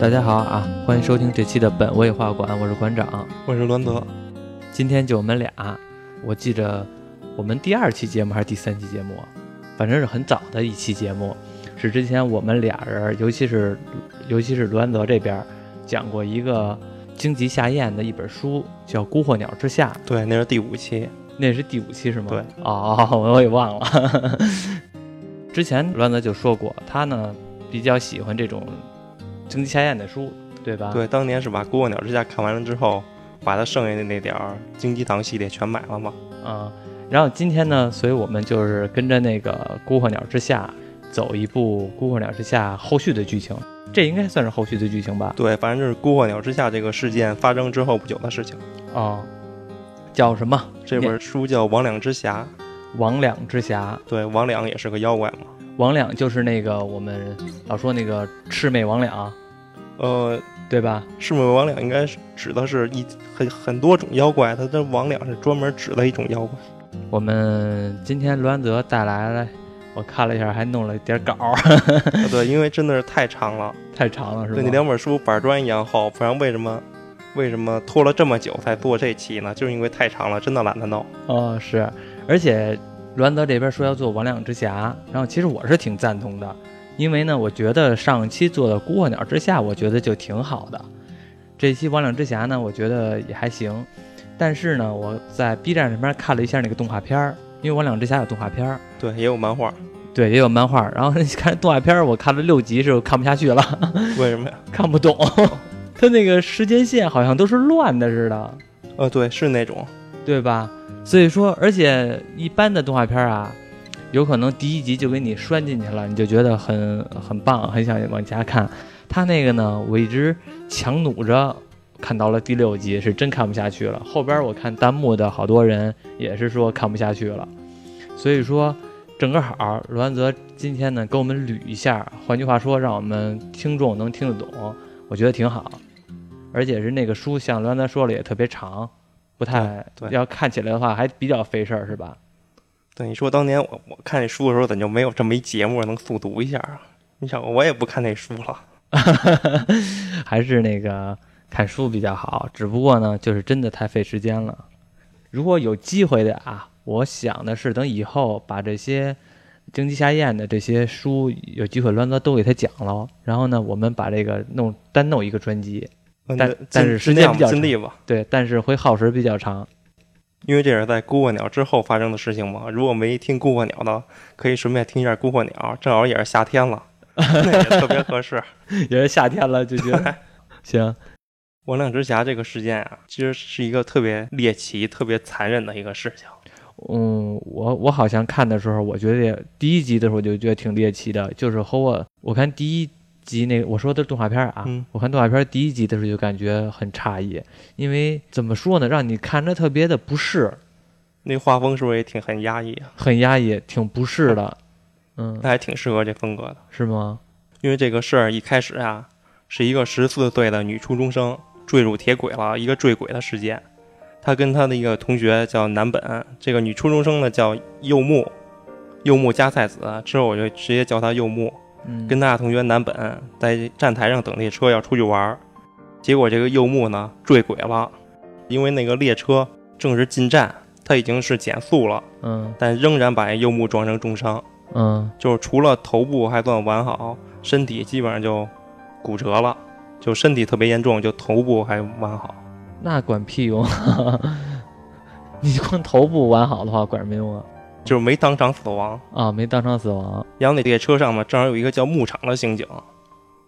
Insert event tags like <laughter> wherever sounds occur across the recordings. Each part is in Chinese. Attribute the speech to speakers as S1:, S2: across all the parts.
S1: 大家好啊，欢迎收听这期的本位画馆，我是馆长。
S2: 我是栾泽，
S1: 今天就我们俩，我记着我们第二期节目还是第三期节目，反正是很早的一期节目，是之前我们俩人，尤其是尤其是卢安泽这边讲过一个荆棘下咽的一本书，叫《孤鹤鸟之下》，
S2: 对，那是第五期，
S1: 那是第五期是吗？
S2: 对，
S1: 哦，我也忘了。 <laughs> 之前栾泽就说过，他呢比较喜欢这种经济下咽的书，对吧？，
S2: 对，当年是把《孤鹤鸟之下》看完了之后，把他剩下的那点儿京鸡堂系列全买了嘛。
S1: 嗯。然后今天呢，所以我们就是跟着那个《孤鹤鸟之下》走一步，《孤鹤鸟之下》后续的剧情，这应该算是后续的剧情吧？
S2: 对，反正就是《孤鹤鸟之下》这个事件发生之后不久的事情。
S1: 哦，叫什么？
S2: 这本书叫《魍魉之匣》，
S1: 魍魉之匣。
S2: 对，魍魉也是个妖怪嘛。
S1: 魍魉就是那个我们老说那个魑魅魍魉，
S2: 呃，
S1: 对吧？
S2: 是不是魍魉应该是指的是一很很多种妖怪，它这魍魉是专门指的一种妖怪。 <laughs>
S1: 我们今天栾泽带来了，我看了一下，还弄了点稿儿， <laughs>
S2: 啊对，因为真的是太长了，
S1: 太长了是吧？
S2: 对，那两本书板砖一样厚，不然为什么为什么拖了这么久才做这期呢？就是因为太长了，真的懒得弄。
S1: 哦，是，而且栾德这边说要做魍魉之匣，然后其实我是挺赞同的，因为呢，我觉得上期做的《孤鹤鸟之下》，我觉得就挺好的，这期魍魉之匣呢，我觉得也还行，但是呢，我在 B 站上面看了一下那个动画片儿，因为魍魉之匣有动画片儿，
S2: 对，也有漫画，
S1: 对，也有漫画儿，然后看动画片儿，我看了六集是看不下去了， <laughs>
S2: 为什么呀？
S1: 看不懂， <laughs> 它那个时间线好像都是乱的似的。
S2: <laughs> 呃，对，是那种，
S1: 对吧？所以说，而且一般的动画片啊，有可能第一集就给你拴进去了，你就觉得很很棒，很想往下看。他那个呢，我一直强弩着看到了第六集，是真看不下去了。后边我看弹幕的好多人也是说看不下去了，所以说正个好，罗安泽今天呢跟我们捋一下，换句话说，让我们听众能听得懂，我觉得挺好。而且是那个书，像罗安泽说了也特别长，不太
S2: 对对
S1: 要看起来的话还比较费事儿，是吧？ <laughs>
S2: 对，你说当年我我看这书的时候，怎么就没有这么一节目能速读一下啊？你想，我也不看那书了。
S1: 还是那个看书比较好，只不过呢，就是真的太费时间了。如果有机会的啊，我想的是等以后把这些经济下咽的这些书有机会栾泽都给他讲了，然后呢，我们把这个弄单弄一个专辑，
S2: 嗯
S1: 但
S2: 那
S1: 但
S2: 尽
S1: 是时
S2: 尽
S1: 间
S2: 量
S1: 比较
S2: 尽力吧，
S1: 对，但是会耗时比较长。
S2: 因为这是在《孤鹤鸟》之后发生的事情嘛。如果没听《孤鹤鸟》的，可以顺便听一下《孤鹤鸟》，正好也是夏天
S1: <laughs>
S2: 了，那也特别合适。
S1: 也是夏天了，就觉得 <laughs> 行，
S2: 魍魉之匣这个事件啊，其实是一个特别猎奇、特别残忍的一个事情。
S1: 嗯，我我好像看的时候，我觉得也第一集的时候就觉得挺猎奇的，就是和我我看第一集那个我说的动画片啊，
S2: 嗯
S1: 我看动画片第一集的时候就感觉很诧异，因为怎么说呢，让你看着特别的不适，
S2: 那画风是不是也挺很压抑啊？
S1: 很压抑，挺不适的，嗯，
S2: 那还挺适合这风格的。
S1: 是吗？
S2: 因为这个事儿一开始啊，是一个十四岁的女初中生坠入铁轨了，一个坠轨的事件。她跟她的一个同学叫南本，这个女初中生呢叫柚木，柚木加菜子，之后我就直接叫她柚木。
S1: 嗯，
S2: 跟她的同学南本在站台上等列车要出去玩儿，结果这个柚木呢坠轨了，因为那个列车正是进站，他已经是减速了，
S1: 嗯
S2: 但仍然把柚木撞成重伤。
S1: 嗯
S2: 就是除了头部还算完好，身体基本上就骨折了，就身体特别严重，就头部还完好。
S1: 那管屁用 <laughs> 啊！你光头部完好的话，管什么用啊？
S2: 就是没当场死亡。
S1: 啊，没当场死亡，
S2: 然后那列车上面正好有一个叫牧场的刑警，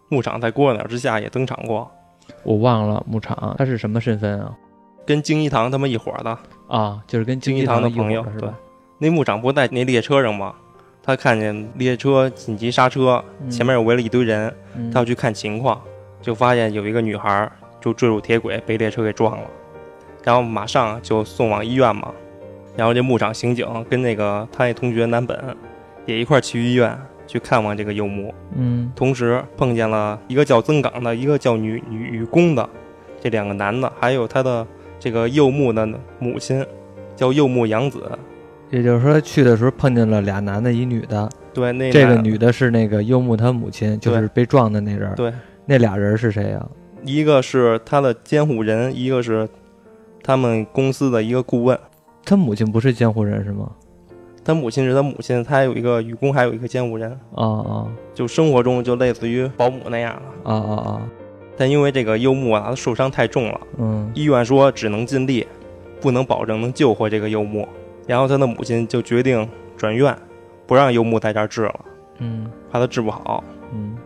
S2: 牧场在《郭鹤鸟之下》也登场过，
S1: 我忘了牧场他是什么身份啊？
S2: 跟京一堂他们一伙儿的。
S1: 啊，就是跟
S2: 京
S1: 一
S2: 一堂的
S1: 一伙
S2: 朋友
S1: 儿是吧？
S2: 那牧场不在那列车上吗？他看见列车紧急刹车，
S1: 嗯
S2: 前面围了一堆人，
S1: 嗯
S2: 他要去看情况，就发现有一个女孩儿就坠入铁轨，被列车给撞了，然后马上就送往医院嘛。然后这牧场刑警跟那个他那同学南本也一块儿去医院去看望这个柚木，
S1: 嗯
S2: 同时碰见了一个叫曾港的，一个叫女女女工的，这两个男的，还有他的这个柚木的母亲，叫柚木洋子。
S1: 也就是说去的时候碰见了俩男的，一女的。
S2: 对，那
S1: 这个
S2: 男
S1: 女的是那个幽木他母亲，就是被撞的那人。
S2: 对，
S1: 那俩人是谁呀、啊
S2: 一个是他的监护人，一个是他们公司的一个顾问。
S1: 他母亲不是监护人是吗？
S2: 他母亲是他母亲，他有一个女工，还有一个监护人，
S1: 啊啊
S2: 就生活中就类似于保姆那样的。
S1: 啊啊啊！
S2: 但因为这个幽木啊，他受伤太重了，
S1: 嗯
S2: 医院说只能尽力，不能保证能救活这个幽木。然后他的母亲就决定转院，不让幽木在这儿治了，
S1: 嗯
S2: 怕他治不好。
S1: 嗯。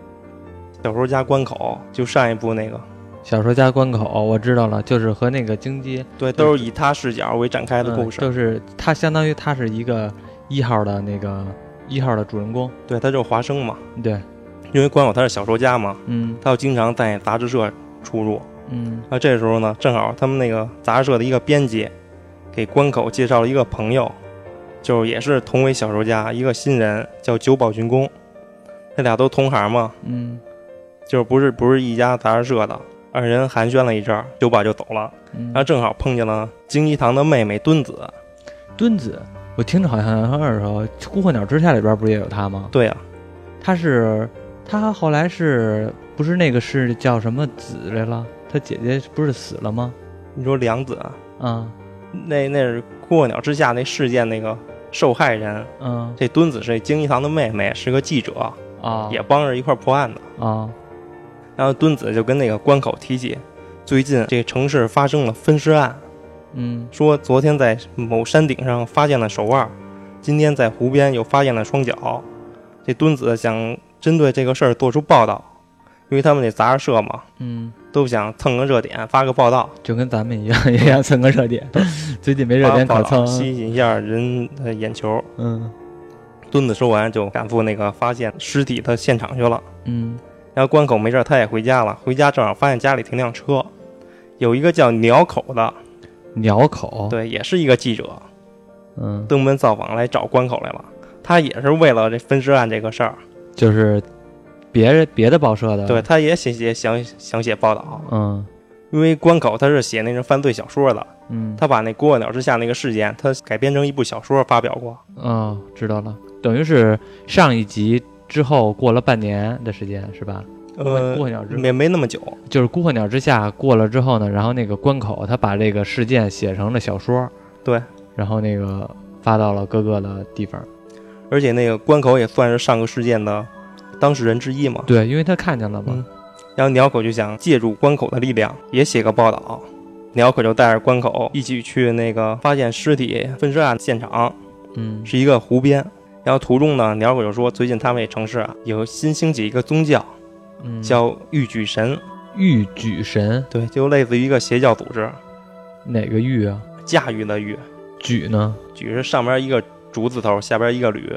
S2: 小说家关口就上一部那个，
S1: 小说家关口，我知道了，就是和那个京街
S2: 对，都是以他视角为展开的故
S1: 嗯
S2: 事。
S1: 就是他相当于他是一个一号的那个一号的主人公，
S2: 对，他就是华生嘛，
S1: 对，
S2: 因为关口他是小说家嘛，
S1: 嗯
S2: 他又经常在杂志社出入。
S1: 嗯
S2: 啊，这时候呢，正好他们那个杂志社的一个编辑给关口介绍了一个朋友，就是也是同为小说家，一个新人叫久保寻公，这俩都同行嘛，
S1: 嗯
S2: 就是不是不是一家杂志社的。二人寒暄了一阵儿，久保就走了，
S1: 嗯
S2: 然后正好碰见了京一堂的妹妹敦子。
S1: 墩子，我听着好像很耳熟，《孤鹤鸟之下》里边不是也有他吗？
S2: 对呀、啊
S1: 他是他后来是不是那个是叫什么子来了？他姐姐不是死了吗？
S2: 你说良子啊，
S1: 啊
S2: 那那是过鸟之下那事件那个受害人，
S1: 嗯
S2: 这敦子是京一堂的妹妹，是个记者，
S1: 啊
S2: 也帮着一块儿破案的。
S1: 啊
S2: 然后敦子就跟那个关口提起，最近这城市发生了分尸案，
S1: 嗯
S2: 说昨天在某山顶上发现了手腕，今天在湖边又发现了双脚。这敦子想针对这个事儿做出报道，因为他们那杂志社嘛，
S1: 嗯，
S2: 都想蹭个热点，发个报道，
S1: 就跟咱们一样，也想蹭个热点，最近没热
S2: 发个
S1: 点
S2: 报
S1: 可
S2: 道
S1: 蹭，啊
S2: 吸引一下人的眼球。
S1: 嗯
S2: 敦子说完就赶赴那个发现尸体的现场去了。
S1: 嗯
S2: 然后关口没事儿，他也回家了。回家正好发现家里停辆车，有一个叫鸟口的，
S1: 鸟口，
S2: 对，也是一个记者，
S1: 嗯，
S2: 登门造访来找关口来了。他也是为了这分尸案这个事儿，
S1: 就是别人别的报社的，
S2: 对，，他也写写想想写报道，
S1: 嗯
S2: 因为关口他是写那种犯罪小说的，
S1: 嗯，
S2: 他把那《孤鹤鸟之下》那个事件，他改编成一部小说发表过。
S1: 哦，知道了，等于是上一集之后过了半年的时间是吧？
S2: 呃
S1: 孤鹤鸟之
S2: 没没那么久，
S1: 就是《孤鹤鸟之下》过了之后呢，然后那个关口他把这个事件写成了小说，
S2: 对，
S1: 然后那个发到了各个的地方，
S2: 而且那个关口也算是上个事件的当事人之一嘛。
S1: 对，因为他看见了嘛
S2: 嗯，然后鸟口就想借助关口的力量，也写个报道。鸟口就带着关口一起去那个发现尸体分尸案现场，
S1: 嗯
S2: 是一个湖边。然后途中呢，鸟口就说，最近他们这城市啊，有新兴起一个宗教，
S1: 嗯，
S2: 叫玉举神，
S1: 玉举神
S2: 对，就类似于一个邪教组织，
S1: 哪个玉啊？
S2: 驾驭的驭，
S1: 举呢？
S2: 举是上边一个竹字头，下边一个吕，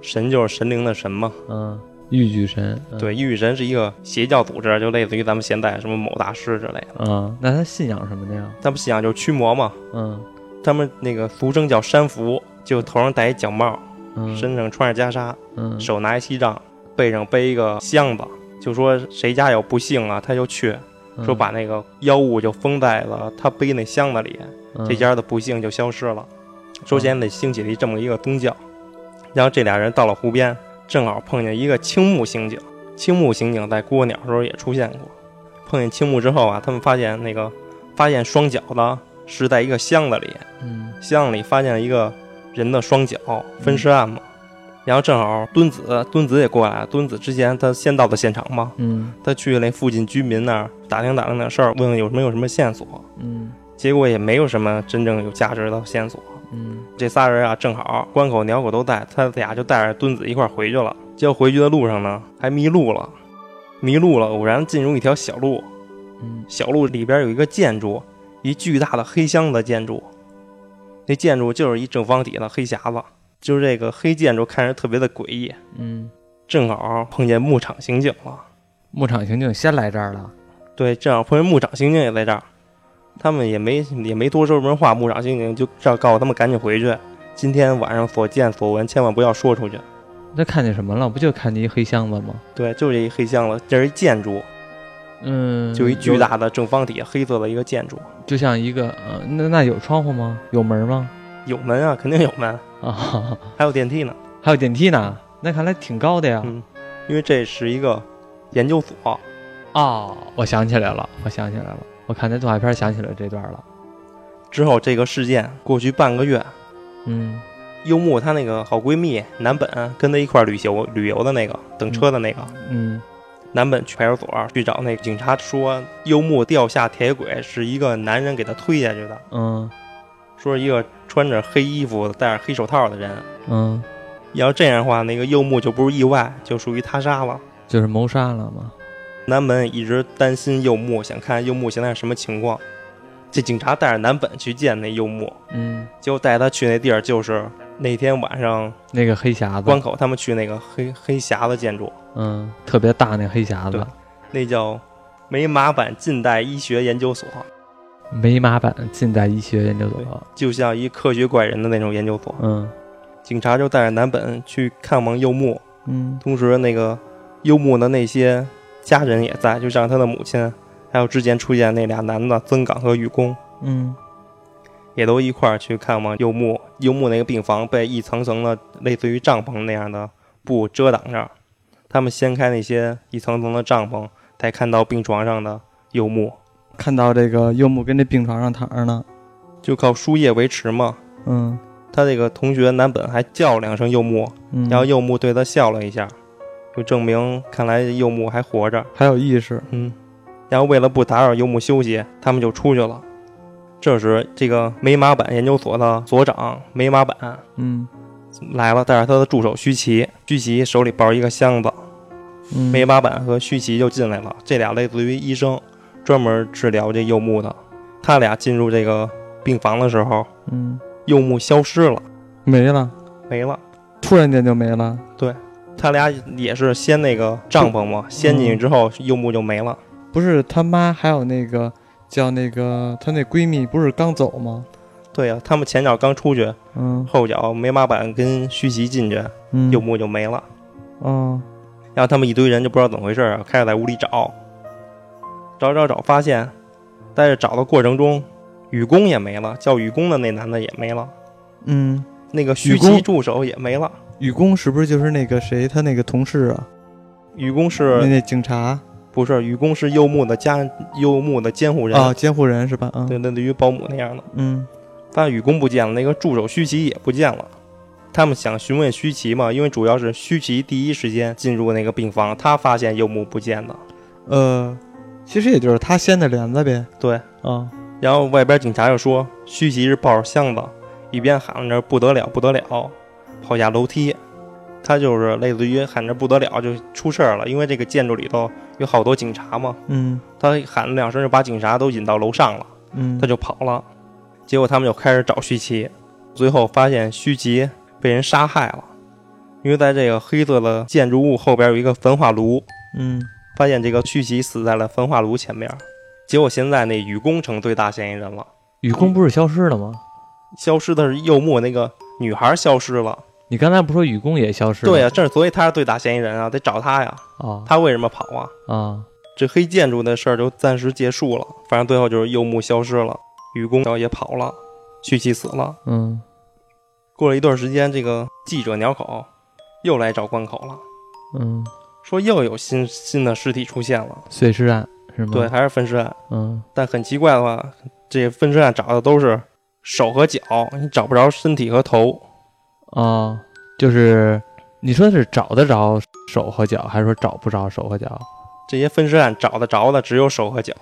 S2: 神就是神灵的神嘛。
S1: 嗯，玉举神，嗯、
S2: 对，玉举神是一个邪教组织，就类似于咱们现在什么某大师之类的。
S1: 嗯，那他信仰什么的呀？
S2: 他们信仰就是驱魔嘛，
S1: 嗯
S2: 他们那个俗称叫山服，就头上戴一脚帽，
S1: 嗯，
S2: 身上穿着袈裟，
S1: 嗯
S2: 手拿一锡杖，背上背一个箱子，就说谁家有不幸啊，他就去，
S1: 嗯
S2: 说把那个妖物就封在了他背那箱子里，
S1: 嗯
S2: 这、家的不幸就消失了。首先得兴起了这么一个宗教，然后这俩人到了湖边，正好碰见一个青木刑警。青木刑警在孤鹤鸟的时候也出现过，碰见青木之后啊，他们发现那个发现双脚的是在一个箱子里，
S1: 嗯
S2: 箱子里发现了一个人的双脚，分尸案嘛。然后正好敦子，敦子也过来了。敦子之前他先到的现场嘛，
S1: 嗯
S2: 他去那附近居民那儿打听打听点事儿，问问有没有什么线索。
S1: 嗯
S2: 结果也没有什么真正有价值的线索。
S1: 嗯
S2: 这仨人啊，正好关口、鸟口都在，他俩就带着敦子一块儿回去了。结果回去的路上呢，还迷路了，迷路了，偶然进入一条小路，
S1: 嗯
S2: 小路里边有一个建筑，一巨大的黑箱子建筑。那建筑就是一正方体的黑匣子，就是这个黑建筑看着特别的诡异。
S1: 嗯，
S2: 正好碰见牧场刑警了，
S1: 牧场刑警先来这儿了，
S2: 对，正好碰见牧场刑警也在这儿，他们也没也没多说什么话，牧场刑警就这儿告诉他们赶紧回去，今天晚上所见所闻千万不要说出去。
S1: 那看见什么了？不就看见一黑箱子吗？
S2: 对，就是一黑箱子，这是一建筑，
S1: 嗯，
S2: 就一巨
S1: 有，
S2: 大的正方体黑色的一个建筑，
S1: 就像一个呃，那那有窗户吗？有门吗？
S2: 有门啊，肯定有门，
S1: 啊，
S2: 还有电梯呢。
S1: <laughs> 还有电梯呢，那看来挺高的呀。
S2: 嗯因为这是一个研究所，
S1: 哦，我想起来了，我想起来了，我看那动画片儿想起来这段了。
S2: 之后这个事件过去半个月，
S1: 嗯
S2: 幽木她那个好闺蜜南本跟她一块儿旅游旅游的那个等车的那个，
S1: 嗯，
S2: 南本去派出所去找那个警察说，幽木掉下铁轨是一个男人给她推下去的，
S1: 嗯
S2: 说是一个穿着黑衣服、戴着黑手套的人。
S1: 嗯，
S2: 要是这样的话，那个幽木就不是意外，就属于他杀了。
S1: 就是谋杀了嘛。
S2: 南本一直担心幽木，想看幽木现在什么情况。这警察带着南本去见那幽木，
S1: 嗯，
S2: 结果带他去那地儿就是那天晚上
S1: 那个黑匣
S2: 关
S1: 子，
S2: 口他们去那个黑黑匣子建筑，
S1: 嗯，特别大那黑匣子
S2: 对，那叫梅马坂近代医学研究所，
S1: 梅马版近代医学研究所。
S2: 就像一科学怪人的那种研究所。
S1: 嗯
S2: 警察就带着南本去看望柚木，
S1: 嗯
S2: 同时那个柚木的那些家人也在，就像他的母亲，还有之前出现那俩男的增港和玉宫，
S1: 嗯
S2: 也都一块儿去看望柚木。柚木那个病房被一层层的类似于帐篷那样的布遮挡着，他们掀开那些一层层的帐篷，才看到病床上的柚木，
S3: 看到这个柚木跟这病床上躺着呢，
S2: 就靠输液维持嘛。
S3: 嗯
S2: 他那个同学南本还叫两声柚木，
S3: 嗯，
S2: 然后柚木对他笑了一下，就证明看来柚木还活着。
S3: 还有意识，
S2: 嗯，然后为了不打扰柚木休息，他们就出去了。这时，这个梅马坂研究所的所长梅马坂
S3: 嗯
S2: 来了，带着他的助手须崎，须崎手里抱着一个箱子，
S3: 嗯，
S2: 梅马坂和须崎就进来了。这俩类似于医生，专门治疗这柚木的。他俩进入这个病房的时候，
S3: 嗯
S2: 柚木消失了，
S3: 没了，
S2: 没了。
S3: 突然间就没了，
S2: 他俩也是先那个帐篷嘛，先进去之后，柚木就没了。
S3: 不是他妈还有那个叫那个她那闺蜜不是刚走吗？
S2: 对呀、他们前脚刚出去，
S3: 嗯
S2: 后脚梅马坂跟须崎进去，
S3: 嗯，
S2: 柚木就没了。
S3: 哦，
S2: 然后他们一堆人就不知道怎么回事儿啊，开始在屋里找，找找找，发现在这找的过程中，雨宫也没了，叫雨宫的那男的也没了，
S3: 嗯，
S2: 那个须
S3: 雨宫
S2: 崎助手也没了。
S3: 雨宫是不是就是那个谁他那个同事啊？
S2: 雨宫
S3: 那
S2: 是
S3: 那警察
S2: 不是雨宫是柚木的家柚木的监护人
S3: 啊，监护人是吧？啊，
S2: 对，类似于保姆那样的。
S3: 嗯
S2: 但雨宫不见了，那个助手须崎也不见了。他们想询问须崎嘛，因为主要是须崎第一时间进入那个病房，他发现柚木不见了。
S3: 呃，其实也就是他掀的帘子呗。
S2: 对，
S3: 啊，
S2: 然后外边警察又说，须崎是抱着箱子，一边喊着不得了不得了，跑下楼梯。他就是类似于喊着不得了就出事儿了，因为这个建筑里头有好多警察嘛，
S3: 嗯
S2: 他喊了两声就把警察都引到楼上了，
S3: 嗯，
S2: 他就跑了。结果他们就开始找须崎，最后发现须崎被人杀害了，因为在这个黑色的建筑物后边有一个焚化炉，
S3: 嗯
S2: 发现这个须崎死在了焚化炉前面。结果现在那雨宫成最大嫌疑人了。
S1: 雨宫不是消失了吗？
S2: 消失的是柚木那个女孩消失了。
S1: 你刚才不说雨宫也消失了？
S2: 对呀、这所以他是最大嫌疑人啊，得找他呀。
S1: 啊
S2: 他为什么跑啊？
S1: 啊，
S2: 这黑建筑的事儿就暂时结束了，反正最后就是柚木消失了，雨宫也跑了，旭崎死了。
S1: 嗯
S2: 过了一段时间，这个记者鸟口又来找关口了，
S1: 嗯，
S2: 说又有新新的尸体出现了。
S1: 碎尸案是吗？
S2: 对，，还是分尸案，
S1: 嗯
S2: 但很奇怪的话，这分尸案找的都是手和脚，你找不着身体和头。
S1: 啊，就是你说是找得着手和脚，还是说找不着手和脚？
S2: 这些分尸案找得着的只有手和脚，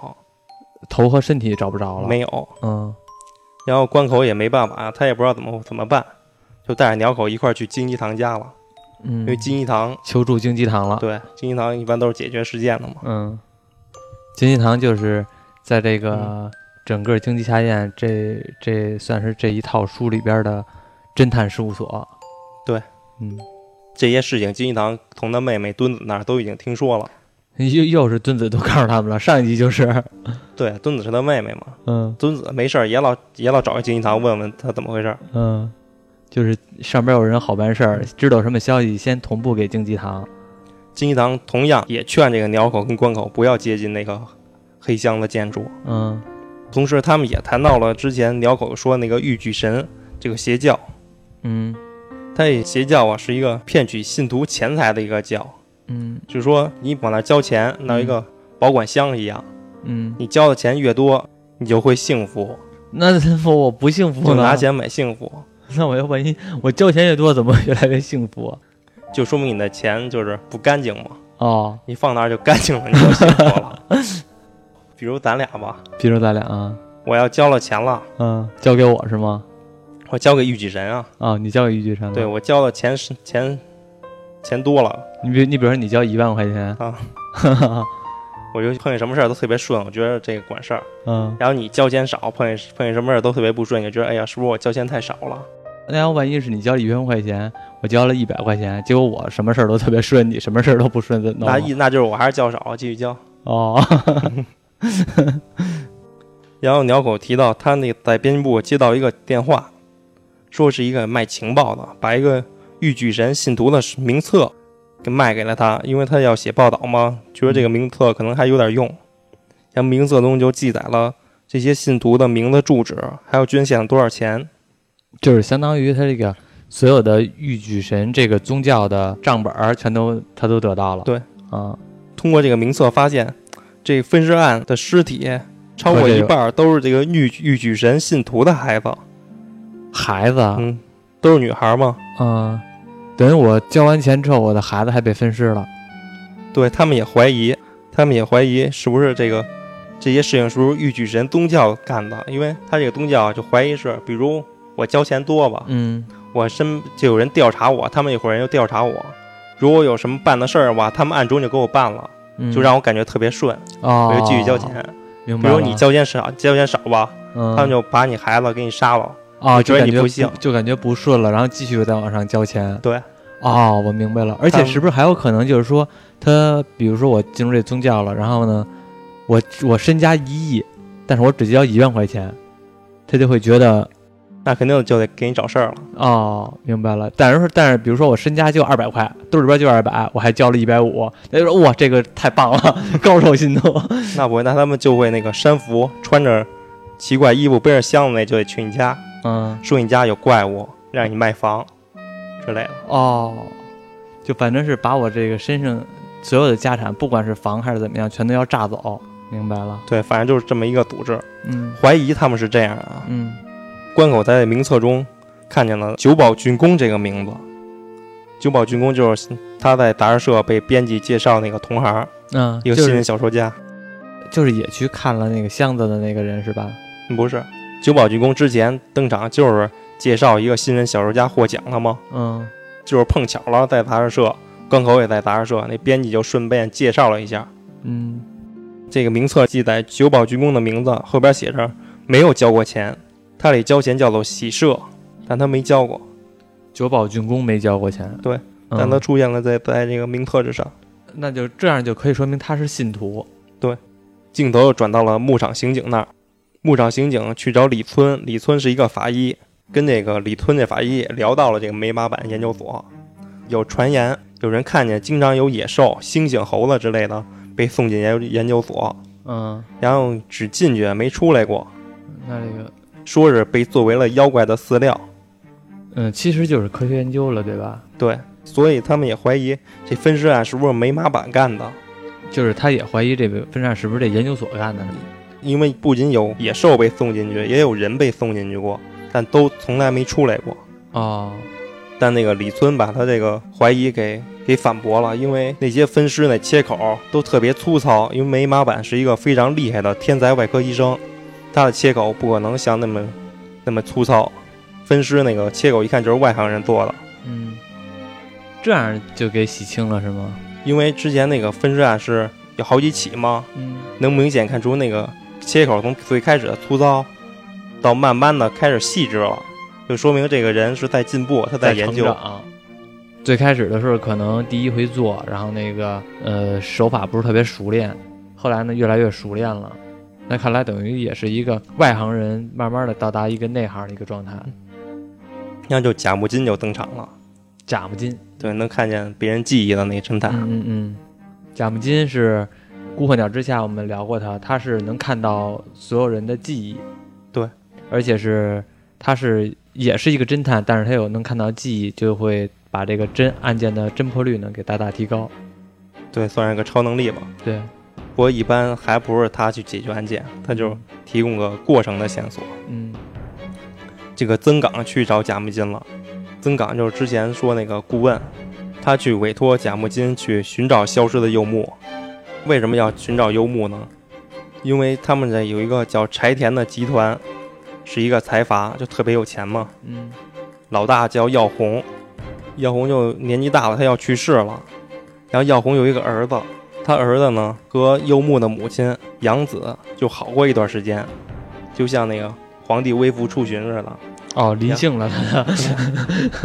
S1: 头和身体找不着了？
S2: 没有。
S1: 嗯
S2: 然后关口也没办法，他也不知道怎么怎么办，就带着鸟口一块儿去金一堂家了。
S1: 嗯，
S2: 因为金一堂，
S1: 求助京鸡堂了。
S2: 对金一堂一般都是解决事件的嘛。
S1: 嗯，京鸡堂就是在这
S2: 嗯
S1: 个整个京鸡下宴这这算是这一套书里边的侦探事务所。
S2: 对，
S1: 嗯，
S2: 这些事情，金一堂从他妹妹墩子那儿都已经听说了。
S1: 又又是墩子都告诉他们了， <laughs> 上一集就是，
S2: 对，墩子是他妹妹嘛，
S1: 嗯
S2: 墩子没事儿也老也老找金一堂问问他怎么回事儿。
S1: 嗯，就是上边有人好办事儿，知道什么消息先同步给京鸡堂。
S2: 金一堂同样也劝这个鸟口跟关口不要接近那个黑箱的建筑，
S1: 嗯
S2: 同时他们也谈到了之前鸟口说那个玉具神这个邪教，
S1: 嗯
S2: 他也邪教啊是一个骗取信徒钱财的一个教。
S1: 嗯
S2: 就是说你往那儿交钱，弄一个保管箱一样，
S1: 嗯，
S2: 你交的钱越多，你就会幸福，
S1: 那 <laughs> 我我不幸福
S2: 就
S1: 呢？
S2: 拿，钱买幸福，
S1: 那我要万一我交钱越多，怎么越来越幸福啊？
S2: 就说明你的钱就是不干净嘛，
S1: 哦，
S2: 你放那儿就干净了，你就幸福 <laughs> 了。比如咱俩吧，
S1: 比如咱俩啊，
S2: 我要交了钱了，
S1: 嗯，交给我是吗？
S2: 我交给玉举神啊，
S1: 啊、你交给于巨山了。
S2: 对，我交的钱是钱钱多了，
S1: 你比你比如说你交一万块钱
S2: 啊，
S1: 啊，
S2: 我就碰见什么事儿都特别顺，我觉得这个管事儿。
S1: <laughs> 嗯，
S2: 然后你交钱少，碰见碰见什么事儿都特别不顺，你就觉得哎呀，是不是我交钱太少了？
S1: 那要万一是你交了一万块钱，我交了一百块钱，结果我什么事儿都特别顺，你什么事儿都不顺，怎么弄啊
S2: 那意那就是我还是交少，继续交。
S1: 哦， <laughs>
S2: 然后鸟狗提到他那个在编辑部接到一个电话，说是一个卖情报的，把一个玉举神信徒的名册给卖给了他，因为他要写报道嘛，觉得这个名册可能还有点用。然后名册中就记载了这些信徒的名字、住址，还有捐献了多少钱。
S1: 就是相当于他这个所有的玉举神这个宗教的账本儿全都他都得到了。
S2: 对，
S1: 啊，
S2: 通过这个名册发现，这分尸案的尸体超过一半儿都是这个玉玉举神信徒的孩子，
S1: 孩子啊，
S2: 嗯，都是女孩嘛。
S1: 嗯，等于我交完钱之后，我的孩子还被分尸了。
S2: 对他们也怀疑，他们也怀疑是不是这个这些事情是不是玉举神宗教干的？因为他这个宗教啊就怀疑是，比如我交钱多吧，
S1: 嗯，
S2: 我身就有人调查我，他们一会儿人就调查我。如果有什么办的事儿的话，他们暗中就给我办了，
S1: 嗯
S2: 就让我感觉特别顺，
S1: 哦
S2: 我就继续交钱。。
S1: 明
S2: 比
S1: 白了。
S2: 如你交钱少，交钱少吧，
S1: 嗯，
S2: 他们就把你孩子给你杀了。
S1: 啊，就
S2: 觉得
S1: 感
S2: 你
S1: 觉
S2: 不幸
S1: 就感觉不顺了，然后继续再往上交钱。
S2: 对，
S1: 哦，我明白了。而且
S2: 他
S1: 是不是还有可能就是说，他比如说我进入这宗教了，然后呢，我我身家一亿，但是我只交一万块钱，他就会觉得
S2: 那肯定就得给你找
S1: <laughs>
S2: 事儿了。
S1: 哦，明白了。但是说但是比如说我身家就二百块，兜里边就二百，我还交了一百五，他就说哇，这个太棒 <laughs> 了，高手心头。
S2: 那不会，那他们就会那个山服，穿着奇怪衣服，背着箱子那就得去你家。
S1: 嗯，
S2: 说你家有怪物，让你卖房之类的。
S1: 哦，就反正是把我这个身上所有的家产，不管是房还是怎么样，全都要炸走。明白了，
S2: 对，反正就是这么一个组织。
S1: 嗯
S2: 怀疑他们是这样啊。
S1: 嗯，
S2: 关口在名册中看见了久保俊公这个名字。久保俊公就是他在杂志社被编辑介绍那个同行，
S1: 嗯，
S2: 一个
S1: 就
S2: 新人
S1: 是
S2: 小说家。
S1: 就是也去看了那个箱子的那个人是吧？
S2: 不是，久保俊公之前登场就是介绍一个新人小说家获奖了吗？
S1: 嗯，
S2: 就是碰巧了在杂志社，关口也在杂志社，那编辑就顺便介绍了一下。
S1: 嗯，
S2: 这个名册记载久保鞠躬的名字后边写着没有交过钱，他得交钱叫做喜社，但他没交过，
S1: 九保竣工没交过钱，
S2: 对
S1: 嗯，
S2: 但他出现了在在这个名册之上。
S1: 那就这样就可以说明他是信徒。
S2: 镜头又转到了牧场刑警那儿，牧场刑警去找李村，李村是一个法医，跟这个李村这法医也聊到了这个梅马坂研究所，有传言有人看见经常有野兽、猩猩、猴子之类的被送进研究研究所，
S1: 嗯，
S2: 然后只进去没出来过，
S1: 那这个
S2: 说是被作为了妖怪的饲料。
S1: 嗯，其实就是科学研究了，对吧？
S2: 对，所以他们也怀疑这分尸案是不是梅马板干的，
S1: 就是他也怀疑这个分站是不是这研究所干的，是吧？
S2: 因为不仅有野兽被送进去，也有人被送进去过，但都从来没出来过。
S1: 哦，
S2: 但那个李村把他这个怀疑给给反驳了，因为那些分尸那切口都特别粗糙，因为梅马板是一个非常厉害的天才外科医生，他的切口不可能像那么那么粗糙，分尸那个切口一看就是外行人做的。
S1: 嗯，这样就给洗清了是吗？
S2: 因为之前那个分尸案是有好几起嘛，
S1: 嗯。
S2: 能明显看出那个切口从最开始的粗糙，到慢慢的开始细致了，就说明这个人是在进步，他
S1: 在
S2: 研
S1: 成
S2: 究。
S1: 长。最开始的时候可能第一回做，然后那个呃手法不是特别熟练，后来呢越来越熟练了。那看来等于也是一个外行人，慢慢的到达一个内行的一个状态。
S2: 那就贾木金就登场了，
S1: 贾木金，
S2: 对，能看见别人记忆的那个侦探，
S1: 嗯嗯嗯，贾木金是《孤鹤鸟之下》，我们聊过他，他是能看到所有人的记忆，
S2: 对，
S1: 而且是他是也是一个侦探，但是他有能看到记忆，就会把这个侦案件的侦破率呢给大大提高。
S2: 对，算是个超能力吧。
S1: 对，
S2: 不果一般还不是他去解决案件，他就提供个过程的线索。
S1: 嗯
S2: 这个曾岗去找贾木金了，曾岗就是之前说那个顾问，他去委托贾木金去寻找消失的柚木。为什么要寻找柚木呢？因为他们这有一个叫柴田的集团，是一个财阀，就特别有钱嘛。
S1: 嗯
S2: 老大叫耀红，耀红就年纪大了，他要去世了。然后耀红有一个儿子，他儿子呢和柚木的母亲养子就好过一段时间，就像那个皇帝微服出巡似的。
S1: 哦，临幸了， <laughs>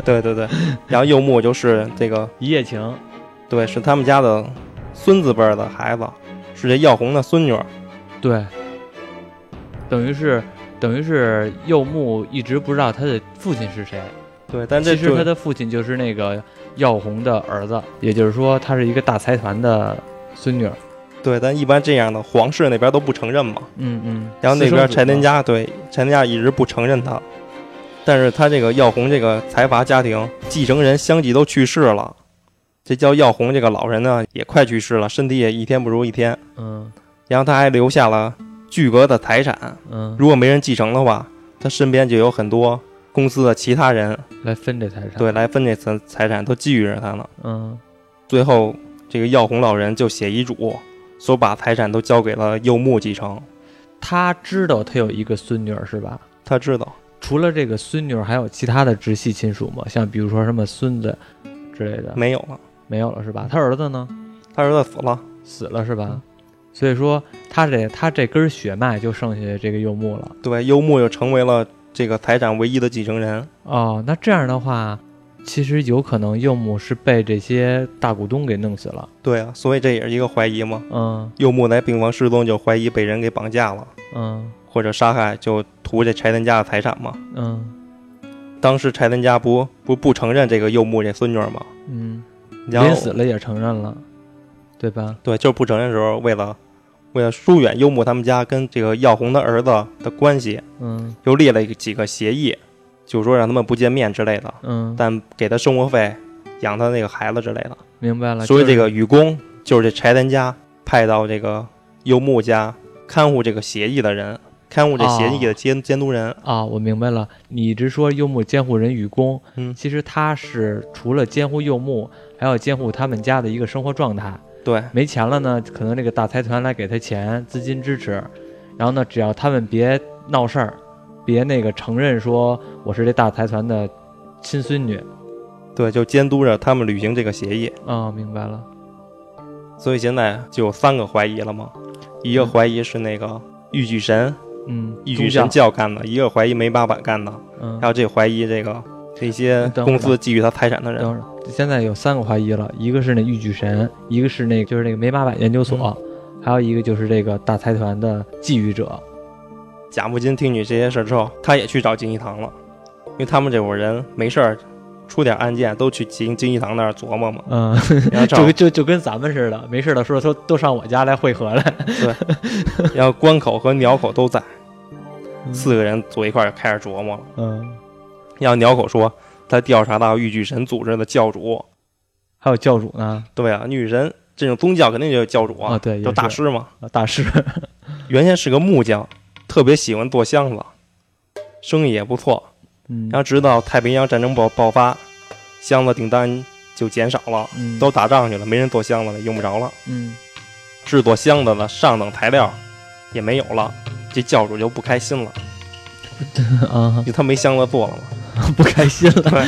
S2: 对对对，然后柚木就是这个，
S1: 一夜情。
S2: 对，是他们家的孙子辈儿的孩子，是这耀红的孙女儿。
S1: 对，等于是等于是柚木一直不知道他的父亲是谁，
S2: 对，但这
S1: 其实他
S2: 就
S1: 的父亲就是那个耀红的儿子，也就是说他是一个大财团的孙女儿。
S2: 对，但一般这样的皇室那边都不承认嘛。
S1: 嗯嗯，
S2: 然后那
S1: 私生
S2: 边
S1: 子
S2: 柴田
S1: 嘛，
S2: 家对柴田家一直不承认他，但是他这个耀红这个财阀家庭继承人相继都去世了，这叫耀红这个老人呢也快去世了，身体也一天不如一天。
S1: 嗯
S2: 然后他还留下了巨额的财产，
S1: 嗯，
S2: 如果没人继承的话，他身边就有很多公司的其他人
S1: 来分这财产。，
S2: 对来分这财财产，都觊觎着他呢。
S1: 嗯
S2: 最后，这个耀红老人就写遗嘱，说把财产都交给了柚木继承。
S1: 他知道他有一个孙女儿是吧？
S2: 他知道，
S1: 除了这个孙女儿，还有其他的直系亲属吗？像比如说什么孙子之类的，
S2: 没有了，
S1: 没有了是吧？他儿子呢？
S2: 他儿子死了。
S1: 死了是
S2: 嗯
S1: 吧？所以说他这他这根血脉就剩下这个柚木了。
S2: 对，幽木又成为了这个财产唯一的继承人。
S1: 哦，那这样的话，其实有可能柚木是被这些大股东给弄死了。
S2: 对啊，所以这也是一个怀疑嘛。
S1: 嗯
S2: 幽木在病房失踪，就怀疑被人给绑架了
S1: 嗯
S2: 或者杀害，就图这柴田家的财产嘛。
S1: 嗯
S2: 当时柴田家不不不承认这个幽木这孙女儿嘛，
S1: 嗯，
S2: 然后
S1: 临死了也承认了，对吧？
S2: 对，就是不承认的时候，为了为了疏远幽木他们家跟这个耀红的儿子的关系，
S1: 嗯
S2: 又列了几个协议，就说让他们不见面之类的，
S1: 嗯，
S2: 但给他生活费，养他那个孩子之类的。
S1: 明白了。
S2: 所以
S1: 就是
S2: 这个禹公就是这柴田家派到这个柚木家看护这个协议的人，看护这协
S1: 哦
S2: 议的监、监督人。
S1: 啊，我明白了。你一直说柚木监护人禹公，
S2: 嗯
S1: 其实他是除了监护柚木，还要监护他们家的一个生活状态。
S2: 对
S1: 没钱了呢，可能这个大财团来给他钱、资金支持，然后呢，只要他们别闹事儿，别那个承认说我是这大财团的亲孙女。
S2: 对，就监督着他们履行这个协议。
S1: 哦，明白了。
S2: 所以现在就有三个怀疑了嘛，一个
S1: 嗯
S2: 怀疑是那个玉具神
S1: 嗯，
S2: 玉
S1: 宗
S2: 具
S1: 教
S2: 神，教干的，一个怀疑梅八板干的，
S1: 嗯
S2: 还，有这怀疑这个这些
S1: 等会儿
S2: 公司觊觎他财产的人。
S1: 等会儿，现在有三个怀疑了，一个是那玉举神，一个是那就是那个梅马版研究所，
S2: 嗯
S1: 还有一个就是这个大财团的觊觎者。
S2: 贾木金听取这些事儿之后，他也去找金一堂了，因为他们这伙人没事儿出点案件都去金金一堂那儿琢磨嘛。
S1: <laughs> 嗯，
S2: 然
S1: 就
S2: 后找
S1: 跟就就跟咱们似的，没事的时候都都上我家来汇合
S2: <laughs>
S1: 来。
S2: 然后关口和鸟口都在，
S1: 嗯
S2: 四个人坐一块儿就开始琢磨了。
S1: 嗯，
S2: 然后鸟口说，他调查到玉具神组织的教主，
S1: 还有教主呢，
S2: 对啊，女神这种宗教肯定就有教主啊，
S1: 哦对也
S2: 就是大师嘛。
S1: 啊大
S2: <laughs>
S1: 师。
S2: 原先是个木匠，特别喜欢做箱子，生意也不错。
S1: 嗯
S2: 然后直到太平洋战争爆爆发，箱子订单就减少了，
S1: 嗯
S2: 都打仗去了，没人做箱子了，用不着了。
S1: 嗯
S2: 制作箱子的上等材料也没有了，这教主就不开心了，
S1: <laughs> 啊 <laughs>
S2: 就他没箱子做了嘛。 <laughs>
S1: 不开心了。
S2: 对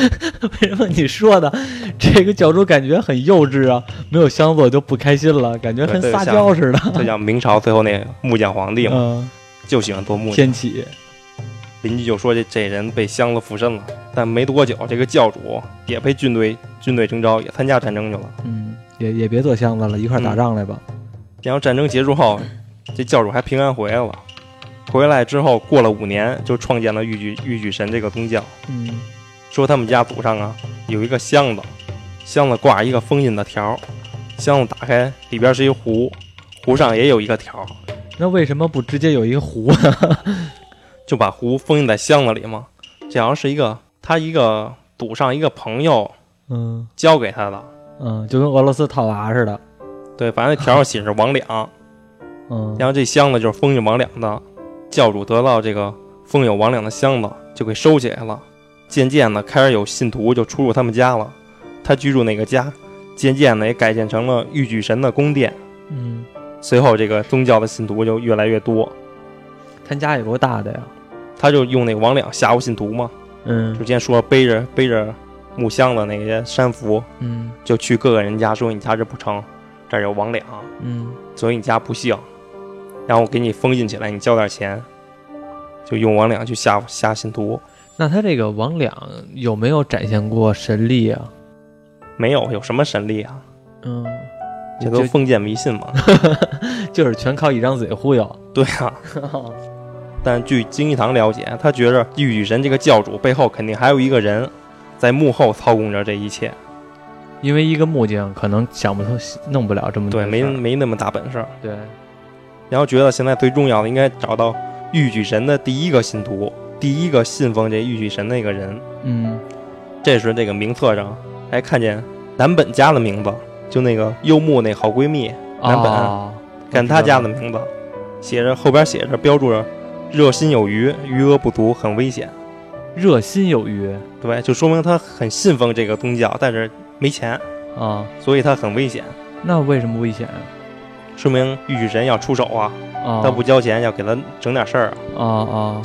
S1: 为什么你说的这个教主感觉很幼稚啊？没有箱子就不开心了，感觉跟
S2: 对
S1: 撒娇似的。
S2: 就像明朝最后那木匠皇帝嘛，
S1: 嗯，
S2: 就喜欢做木匠。
S1: 天启。
S2: 邻居就说这这人被箱子附身了，但没多久，这个教主也被军队军队征召，也参加战争去了。
S1: 嗯，也也别做箱子了，一块儿
S2: 嗯
S1: 打仗来吧。
S2: 然后战争结束后，这教主还平安回来了。回来之后，过了五年，就创建了玉举玉举神这个宗教。
S1: 嗯
S2: 说他们家祖上啊有一个箱子，箱子挂一个封印的条儿，箱子打开里边是一壶，壶上也有一个条儿，
S1: 那为什么不直接有一个湖？啊
S2: 就把壶封印在箱子里嘛。这好像是一个他一个祖上一个朋友
S1: <laughs> 嗯
S2: 教给他的，
S1: 嗯，就跟俄罗斯套娃似的。
S2: 对，反正那条上写着王两，
S1: 嗯，
S2: 然后这箱子就是风影王两的，教主得到这个风影王两的箱子，就给收起来了。渐渐的，开始有信徒就出入他们家了。他居住那个家，渐渐的也改建成了玉举神的宫殿。
S1: 嗯，
S2: 随后，这个宗教的信徒就越来越多。
S1: 他家也够大的呀，
S2: 他就用那个王两吓唬信徒嘛，就
S1: 嗯
S2: 之前说背着背着木箱的那些山服，
S1: 嗯
S2: 就去各个人家说你家这不成，这儿有王两，
S1: 嗯，
S2: 所以你家不幸，然后我给你封印起来，你交点钱，就用王两去吓吓信徒。
S1: 那他这个王两有没有展现过神力啊？
S2: 没有，有什么神力啊？
S1: 嗯，
S2: 这都
S1: 就
S2: 封建迷
S1: <laughs>
S2: 信嘛。
S1: 就是全靠一张嘴忽悠。 <laughs>
S2: 对啊，但据金一堂了解，他觉着玉女神这个教主背后肯定还有一个人，在幕后操控着这一切。
S1: 因为一个木匠可能想不通、弄不了这么多嗯
S2: 对，
S1: 事儿
S2: 没没那么大本事。
S1: 对，
S2: 然后觉得现在最重要的应该找到玉举神的第一个信徒，第一个信奉这玉举神那个人。
S1: 嗯
S2: 这时这个名册上还看见南本家的名字，就那个幽木那好闺蜜南本
S1: 哦
S2: 看她家的名字，写着后边写着标注着热心有余，余额不足，很危险。
S1: 热心有余
S2: 对，就说明他很信奉这个宗教，但是没钱，
S1: 啊，
S2: 所以他很危险，
S1: 那为什么危险
S2: 说明玉举神要出手啊，
S1: 啊？
S2: 他不交钱要给他整点事儿啊。
S1: 啊啊，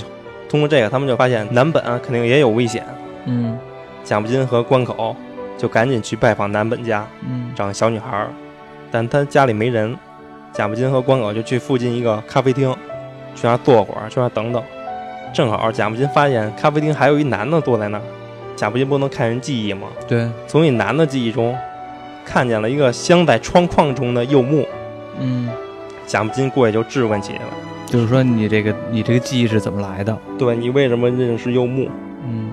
S2: 通过这个，他们就发现南本肯定也有危险。
S1: 嗯
S2: 蒋不金和关口就赶紧去拜访南本家，
S1: 嗯
S2: 找小女孩儿，但他家里没人。蒋不金和关口就去附近一个咖啡厅，去那儿坐会儿，去那儿等等。正好蒋不金发现咖啡厅还有一男的坐在那儿，蒋不金不能看人记忆吗？
S1: 对，
S2: 从一男的记忆中看见了一个镶在窗框中的柚木，
S1: 嗯，
S2: 蒋不金过去就质问起来了
S1: 就是说你这个你这个记忆是怎么来的？：“
S2: 对你为什么认识柚木？”
S1: 嗯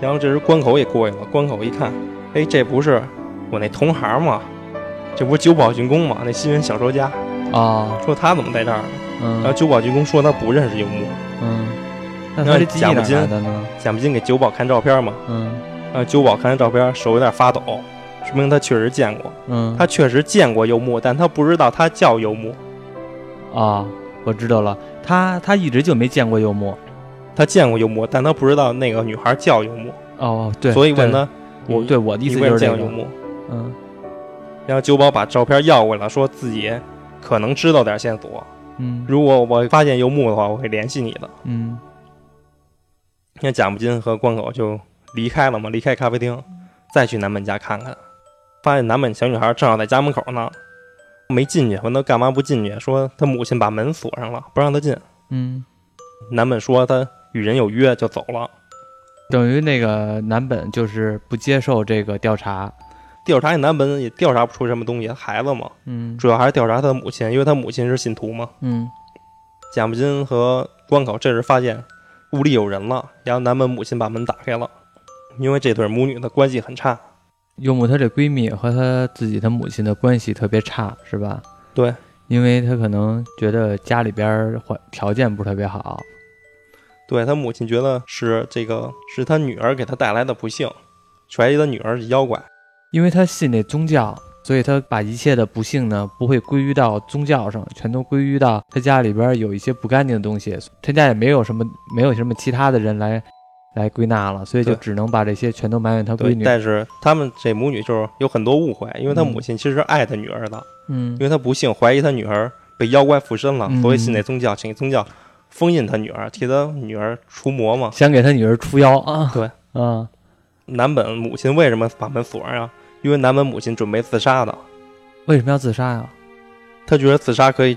S2: 然后这时关口也过去了，关口一看，哎，这不是我那同行吗？这不是久保俊公吗？那新人小说家
S1: 啊
S2: 说他怎么在这儿？然后
S1: 嗯
S2: 久保俊公说他不认识柚木，
S1: 嗯，那他这记忆哪来的呢？
S2: 蒋不金给久保看照片嘛，
S1: 嗯
S2: 然后久保看完照片手有点发抖，说明他确实见过，
S1: 嗯，
S2: 他确实见过柚木，但他不知道他叫柚木，
S1: 啊，我知道了，他他一直就没见过柚木。
S2: 他见过柚木，但他不知道那个女孩叫柚木，
S1: 哦，对，
S2: 所以问
S1: 对
S2: 他，我
S1: 对我的意
S2: 你
S1: 思
S2: 为
S1: 就
S2: 什么
S1: 是这
S2: 见过柚
S1: 个，
S2: 木？
S1: 嗯
S2: 然后久保把照片要过来，说自己可能知道点线索。
S1: 嗯
S2: 如果我发现游牧的话，我会联系你的。
S1: 嗯
S2: 那贾木金和关口就离开了嘛，离开咖啡厅，再去南本家看看，发现南本小女孩正好在家门口呢，没进去。问她干嘛不进去，说她母亲把门锁上了，不让她进。
S1: 嗯，
S2: 南本说她与人有约，就走了。
S1: 等于那个南本就是不接受这个调查，
S2: 调查南本也调查不出什么东西，孩子嘛，
S1: 嗯
S2: 主要还是调查他的母亲，因为他母亲是信徒嘛。
S1: 嗯
S2: 贾木金和关口这时发现屋里有人了，然后南本母亲把门打开了，因为这对母女的关系很差。
S1: 柚木她这闺蜜和她自己的母亲的关系特别差，是吧？
S2: 对，
S1: 因为她可能觉得家里边儿环条件不是特别好，
S2: 对他母亲觉得是这个是他女儿给他带来的不幸，怀疑他女儿是妖怪。
S1: 因为她信那宗教，所以她把一切的不幸呢不会归于到宗教上，全都归于到她家里边儿有一些不干净的东西，她家也没有什么没有什么其他的人来来归纳了，所以就
S2: 对
S1: 只能把这些全都埋怨她
S2: 对
S1: 闺，女。
S2: 但是他们这母女就是有很多误会，因为他
S1: 嗯
S2: 母亲其实是爱他女儿的，
S1: 嗯
S2: 因为他不幸怀疑他女儿被妖怪附身了，
S1: 嗯
S2: 所以信那宗教，请宗教封印他女儿，替他女儿除魔嘛。
S1: 想给她女儿出妖啊？
S2: 对
S1: 啊，
S2: 南本母亲为什么把门锁上啊？因为南本母亲准备自杀的，
S1: 为什么要自杀呀？
S2: 他觉得自杀可以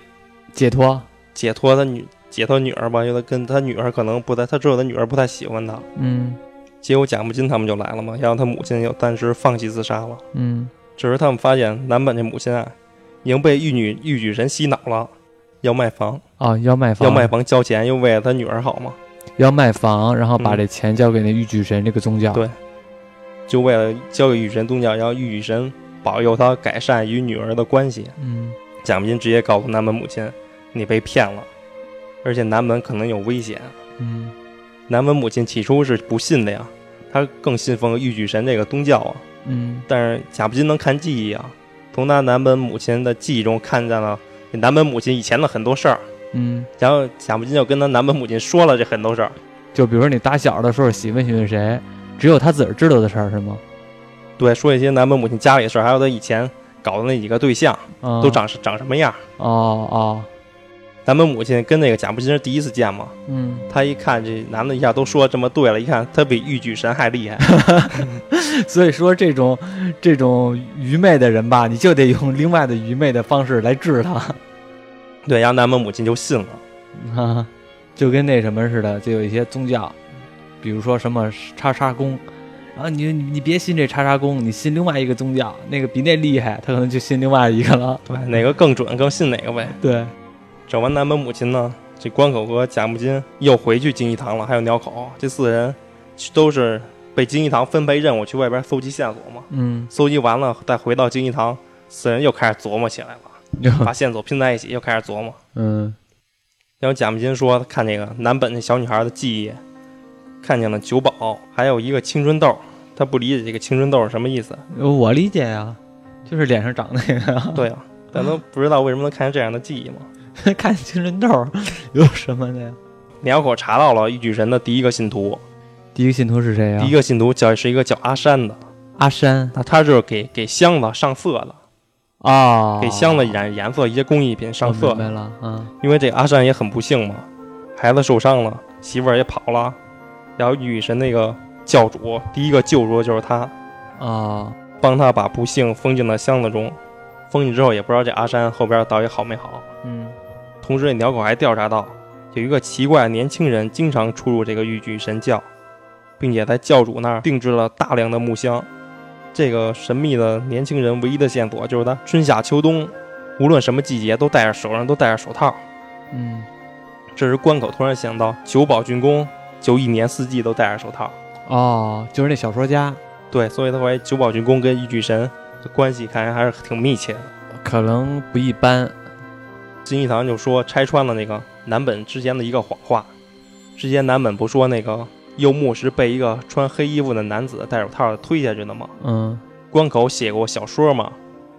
S1: 解脱，
S2: 解脱他女解脱女儿吧，因为他跟他女儿可能不太，他知道他女儿不太喜欢他。
S1: 嗯
S2: 结果贾木金他们就来了嘛，然后他母亲又暂时放弃自杀了。
S1: 嗯
S2: 这时他们发现南本这母亲啊，已经被玉女玉女神洗脑了，要卖房，
S1: 啊，要卖房，
S2: 要卖房交钱，又为了他女儿好嘛，
S1: 要卖房，然后把
S2: 嗯
S1: 这钱交给那玉举神这个宗教。
S2: 对就为了交给玉女神宗教，然后玉女神保佑他改善与女儿的关系。
S1: 嗯
S2: 贾木金直接告诉南本母亲，你被骗了，而且南本可能有危险。
S1: 嗯
S2: 南本母亲起初是不信的呀，她更信奉玉女神这个宗教啊。
S1: 嗯
S2: 但是贾不金能看记忆啊，从他南本母亲的记忆中看见了这南本母亲以前的很多事儿，
S1: 嗯，
S2: 然后贾木金就跟他南本母亲说了这很多事儿。
S1: 就比如你打小的时候喜欢喜欢谁，只有他自个儿知道的事儿是吗？
S2: 对，说一些南本母亲家里的事儿，还有他以前搞的那几个对象
S1: 啊、
S2: 都长长什么样。
S1: 哦哦，
S2: 南本母亲跟那个贾木金是第一次见嘛，
S1: 嗯，
S2: 他一看这男的一下都说这么对了，一看他比玉举神还厉害。
S1: <laughs> 所以说这种这种愚昧的人吧，你就得用另外的愚昧的方式来治他，
S2: <laughs> 对，然后南本母亲就信了。
S1: 啊， <laughs> 就跟那什么似的，就有一些宗教，比如说什么叉叉宫。然后你你你别信这叉叉宫，你信另外一个宗教，那个比那厉害，他可能就信另外一个了。
S2: 对，哪个更准更信哪个呗。
S1: 对，
S2: 整完南本母亲呢，这关口和贾木金又回去京一堂了，还有鸟口，这四个人都是被京一堂分配任务去外边搜集线索嘛。
S1: 嗯，
S2: 搜集完了，再回到京一堂，四人又开始琢磨起来了，把线索拼在一起，又开始琢磨。
S1: <laughs> 嗯，
S2: 然后贾木金说，看这个南本那小女孩的记忆，看见了酒保，还有一个青春痘，他不理解这个青春痘是什么意思。
S1: 我理解呀、就是脸上长那个 <laughs> 啊，
S2: 对啊，但都不知道为什么能看见这样的记忆嘛。
S1: 看青春痘儿有什么的呀？
S2: 鸟口查到了玉举神的第一个信徒，
S1: 第一个信徒是谁呀、啊
S2: 第一个信徒叫是一个叫阿山的，
S1: 阿山
S2: 那他就是给给箱子上色的，
S1: 啊，
S2: 给箱子染颜色一些工艺品上
S1: 我
S2: 色
S1: 明。白了啊，
S2: 因为这阿善也很不幸嘛，孩子受伤了，媳妇儿也跑了，然后雨神那个教主第一个救赎的就是他，
S1: 哦，
S2: 帮他把不幸封进了箱子中。封进之后也不知道这阿山后边到底好没好。
S1: 嗯，
S2: 同时，这鸟狗还调查到有一个奇怪的年轻人经常出入这个玉具神教，并且在教主那儿定制了大量的木箱。这个神秘的年轻人唯一的线索就是他春夏秋冬，无论什么季节都戴着手上都戴着手套。
S1: 嗯，
S2: 这时关口突然想到，久保竣工就一年四季都戴着手套。
S1: 哦，就是那小说家，
S2: 对，所以他怀疑久保竣工跟玉具神的关系看来还是挺密切的。
S1: 可能不一般，
S2: 金一堂就说拆穿了那个南本之前的一个谎话。之前南本不说那个柚木是被一个穿黑衣服的男子戴手套推下去的吗？
S1: 嗯
S2: 关口写过小说嘛，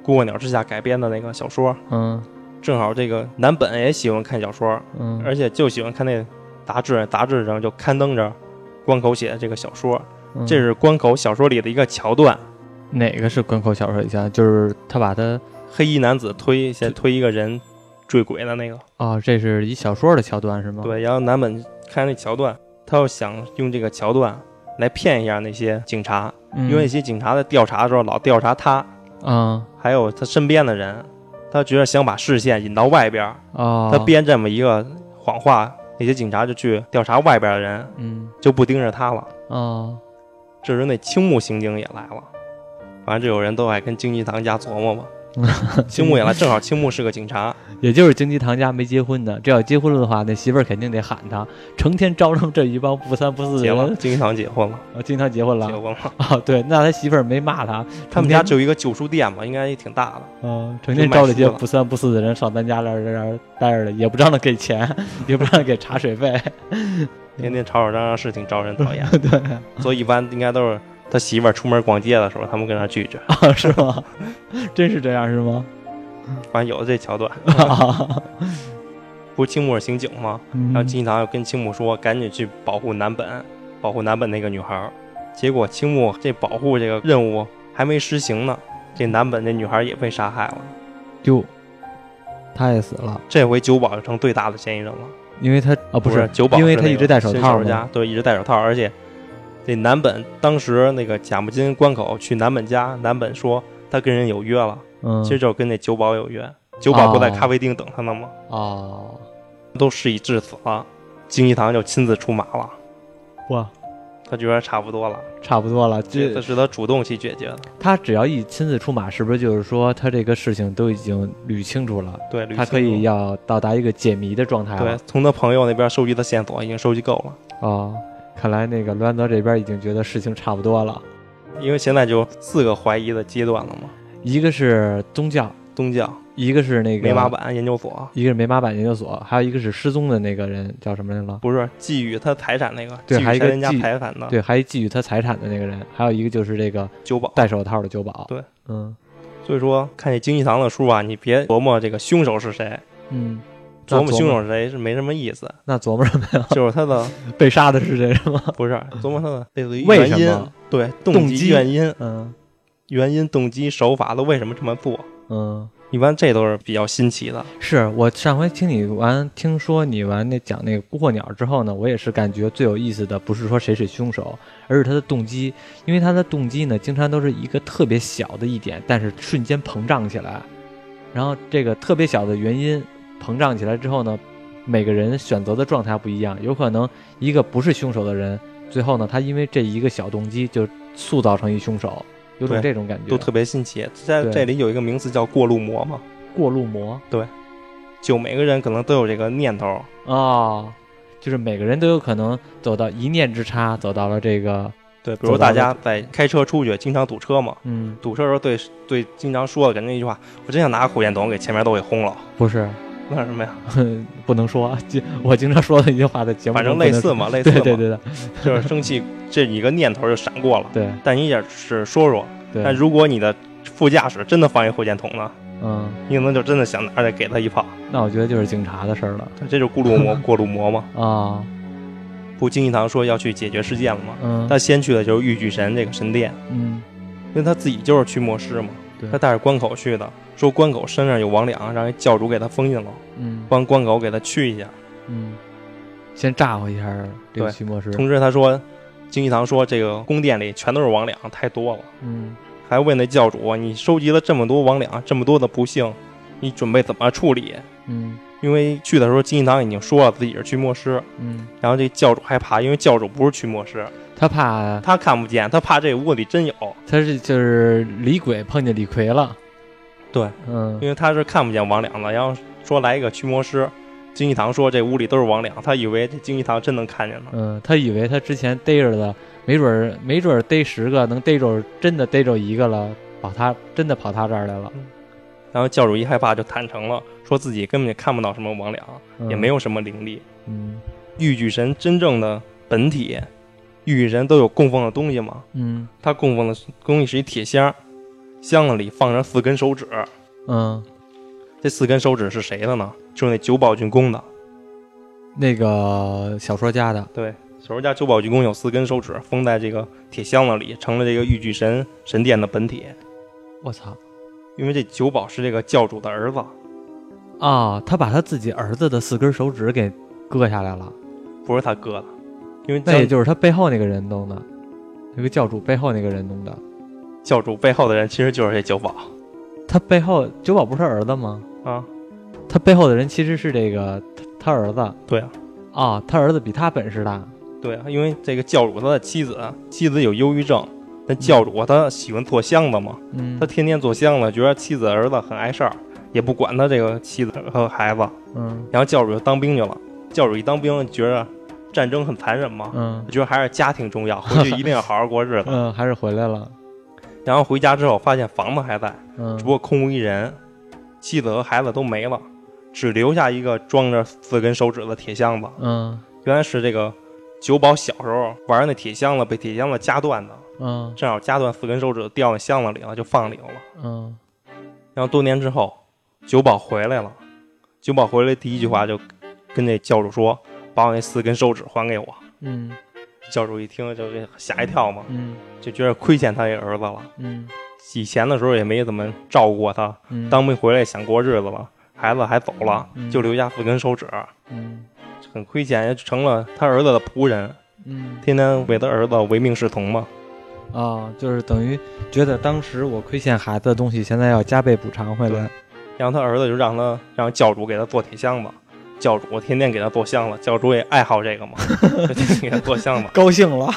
S2: 《孤鹜鸟之下》改编的那个小说，
S1: 嗯
S2: 正好这个南本也喜欢看小说，
S1: 嗯，
S2: 而且就喜欢看那杂志，杂志上就刊登着关口写的这个小说。
S1: 嗯
S2: 这是关口小说里的一个桥段，
S1: 哪个是关口小说家？就是他把他
S2: 黑衣男子推先推一个人坠轨的那个。
S1: 哦，这是一小说的桥段是吗？，
S2: 对，然后南本看那桥段，他又想用这个桥段来骗一下那些警察，因为那些警察在调查的时候老调查他，
S1: 嗯
S2: 还有他身边的人，他觉得想把视线引到外边儿，
S1: 哦，
S2: 他编这么一个谎话，那些警察就去调查外边的人，
S1: 嗯
S2: 就不盯着他了。
S1: 哦
S2: 这时候那青木刑警也来了，反正这有人都爱跟京一堂家琢磨嘛。青木也来，正好青木是个警察，
S1: 也就是经济堂家没结婚的，这要结婚了的话，那媳妇儿肯定得喊他，成天招弄这一帮不三不四的
S2: 结了，
S1: 人，
S2: 京一堂结婚了，
S1: 啊，经常结婚
S2: 结
S1: 了 <laughs>
S2: 婚了。
S1: 啊、对，那他媳妇儿没骂他，
S2: 他们家只有一个旧书店嘛，应该也挺大的。
S1: 嗯，成天招这些不三不四的人上咱家来这儿待着的，也不让他给钱， <laughs> 也不让他给茶水费。，
S2: 天天吵吵嚷嚷是挺招人讨厌
S1: <laughs> 对，
S2: 所以一般应该都是他媳妇儿出门逛街的时候，他们跟他聚聚。
S1: 啊，是吗？ <laughs> 真是这样是吗？
S2: 反正有这桥段，
S1: 啊，
S2: 不是青木是刑警吗？
S1: 嗯 <laughs>
S2: 然后金一堂又跟青木说，赶紧去保护南本，保护南本那个女孩儿。结果青木这保护这个任务还没实行呢，这南本这女孩儿也被杀害了。
S1: 哟，他也死了，
S2: 这回九保就成最大的嫌疑人了，
S1: 因为他啊不
S2: 是
S1: 是，
S2: 九保是
S1: 因
S2: 那个
S1: 为
S2: 新手家，
S1: 他一直戴手套嘛。
S2: 家对，一直戴手套，而且这南本当时那个贾木金关口去南本家，南本说他跟人有约了。
S1: 嗯，
S2: 其实就是跟那酒保有约，酒保不在咖啡厅等他呢吗？
S1: 哦，
S2: 都事已至此了，京一堂就亲自出马了。
S1: 哇，
S2: 他觉得差不多了，
S1: 差不多了，
S2: 这
S1: 这
S2: 这是他主动去解决的，
S1: 他只要一亲自出马，是不是就是说他这个事情都已经捋清楚了？
S2: 对，捋
S1: 他可
S2: 清
S1: 以
S2: 楚
S1: 要到达一个解谜的状态
S2: 对
S1: 了。
S2: 从他朋友那边收集的线索已经收集够了，
S1: 哦，看来那个罗安泽这边已经觉得事情差不多了。
S2: 因为现在就四个怀疑的阶段了嘛，
S1: 一个是宗教，
S2: 宗教、
S1: 一个是那个
S2: 梅马，板研究所，
S1: 一个是梅马板研究所，还有一个是失踪的那个人叫什么来了？
S2: 不是觊觎他财产那个，
S1: 对
S2: 觊
S1: 还有一
S2: 觎
S1: 个
S2: 他人家
S1: 觊
S2: 财产的
S1: 对，还有觊觎他财产的那个人，还有一个就是这个
S2: 酒保，
S1: 戴手套的酒保。
S2: 对，
S1: 嗯，
S2: 所以说，看这经济堂的书啊，你别琢磨这个凶手是谁，
S1: 嗯，那
S2: 琢磨凶手是谁是没什么意
S1: <laughs>
S2: 思，
S1: 那琢磨什么呀？
S2: 就是他的
S1: 被杀的是谁 <laughs> 是吗？
S2: 不是琢磨他的类似于
S1: 嗯为
S2: 原
S1: 什
S2: 因
S1: 么，？
S2: 对
S1: 动
S2: 动
S1: 机
S2: 机、原因、
S1: 嗯
S2: 原因、动机、手法都为什么这么做，
S1: 嗯，
S2: 一般这都是比较新奇的。
S1: 是我上回听你完听说你完那讲那个孤惑鸟之后呢，我也是感觉最有意思的不是说谁是凶手，而是他的动机，因为他的动机呢，经常都是一个特别小的一点，但是瞬间膨胀起来，然后这个特别小的原因膨胀起来之后呢，每个人选择的状态不一样，有可能一个不是凶手的人，最后呢，他因为这一个小动机就塑造成一凶手，有种
S2: 对
S1: 这种感觉，
S2: 都特别新奇。在
S1: 对
S2: 这里有一个名词叫过路魔嘛，
S1: 过路魔
S2: 就每个人可能都有这个念头，
S1: 哦，就是每个人都有可能走到一念之差，走到了这个，
S2: 对，比如大家在开车出去，经常堵车嘛，
S1: 嗯，
S2: 堵车的时候对对经常说的感觉一句话，我真想拿个火箭筒给前面都给轰了，
S1: 不是， <laughs>
S2: 那是什么呀？
S1: 不能说，就我经常说的一句话在节目
S2: 反
S1: 中
S2: 正
S1: 不
S2: 类
S1: 能
S2: 似
S1: 说，
S2: 嘛，类似
S1: 对
S2: 嘛，
S1: 对对对
S2: 就是生气，这一个念头就闪过了。
S1: 对
S2: 但你也是说说，
S1: 对，
S2: 但如果你的副驾驶真的放一火箭筒呢，
S1: 嗯，
S2: 你可能就真的想拿着给他一炮， <laughs>
S1: 那我觉得就是警察的事儿了
S2: 这就是过
S1: <laughs>
S2: 路魔，过路魔嘛。
S1: 啊，
S2: 不，金一堂说要去解决事件了嘛，
S1: 嗯，
S2: 他先去的就是玉巨神这个神殿。
S1: 嗯，
S2: 因为他自己就是去魔师嘛
S1: 对，
S2: 他带着关口去的，说关口身上有魍魉，让人教主给他封印了，
S1: 嗯
S2: 帮关口给他去一下。
S1: 嗯，先炸呼一下这个
S2: 对
S1: 徐博士，
S2: 同时他说，经济堂说这个宫殿里全都是魍魉，太多了，
S1: 嗯
S2: 还问那教主，你收集了这么多魍魉，这么多的不幸，你准备怎么处理？
S1: 嗯
S2: 因为去的时候金济堂已经说了自己是去魔师，
S1: 嗯，
S2: 然后这教主害怕，因为教主不是去魔师，
S1: 他怕
S2: 他看不见，他怕这屋里真有，
S1: 他是就是李鬼碰见李逵了，
S2: 对，
S1: 嗯
S2: 因为他是看不见魍魉的。然后说来一个驱魔师，金一堂说这屋里都是魍魉，他以为这金一堂真能看见呢。
S1: 嗯，他以为他之前逮着的，没准儿没准儿逮十个，能逮着真的逮着一个了，跑他真的跑他这儿来了，
S2: 然后教主一害怕就坦诚了，说自己根本就看不到什么魍魉，
S1: 嗯
S2: 也没，有什么灵力。
S1: 嗯
S2: 玉举神真正的本体，玉举神都有供奉的东西嘛，
S1: 嗯
S2: 他供奉的东西是一铁箱，箱子里放着四根手指，
S1: 嗯，
S2: 这四根手指是谁的呢？就是那九保郡公的。
S1: 那个小说家的，
S2: 对，小说家九保郡公有四根手指封在这个铁箱子里，成了这个玉举神神殿的本体。
S1: 我操
S2: 因为这九保是这个教主的儿子，
S1: 啊，他把他自己儿子的四根手指给割下来了，
S2: 不是他哥的，因为
S1: 那也
S2: 教
S1: 就是他背后那个人弄的，那个教主背后那个人弄的，
S2: 教主背后的人其实就是这九保
S1: 他背后九保不是他儿子吗？
S2: 啊，
S1: 他背后的人其实是这个他他儿子
S2: 对啊，
S1: 啊，他儿子比他本事大，
S2: 对啊，因为这个教主他的妻子，妻子有忧郁症，但教主啊他喜欢做箱子嘛，
S1: 嗯
S2: 他天天做箱子，觉得妻子儿子很碍事儿，也不管他这个妻子和孩子，
S1: 嗯
S2: 然后教主就当兵去了，教主一当兵觉得战争很残忍嘛，
S1: 嗯
S2: 觉得还是家庭重要，回去一定要好好过 <laughs> 日子。
S1: 嗯，还是回来了，
S2: 然后回家之后发现房子还在，
S1: 嗯，
S2: 只不过空无一人，妻子和孩子都没了，只留下一个装着四根手指的铁箱子。
S1: 嗯
S2: 原来是这个九保小时候玩那铁箱子被铁箱子夹断的，
S1: 嗯
S2: 正好夹断四根手指掉在箱子里了，就放里头了。
S1: 嗯
S2: 然后多年之后，九保回来了，九保回来第一句话就跟那教主说：“把我那四根手指还给我。
S1: 嗯”
S2: 教主一听就给吓一跳嘛，
S1: 嗯
S2: 就觉得亏欠他这儿子了。
S1: 嗯
S2: 以前的时候也没怎么照顾过他，
S1: 嗯，
S2: 当兵回来想过日子了，孩子还走了，
S1: 嗯
S2: 就留下四根手指，
S1: 嗯
S2: 很亏欠，也成了他儿子的仆人，
S1: 嗯
S2: 天天为他儿子唯命是从嘛。
S1: 啊，就是等于觉得当时我亏欠孩子的东西，现在要加倍补偿回来。
S2: 然后他儿子就让他让教主给他做铁箱子，教主天天给他做箱子，教主也爱好这个嘛，就天天给他做箱子。
S1: 高兴了，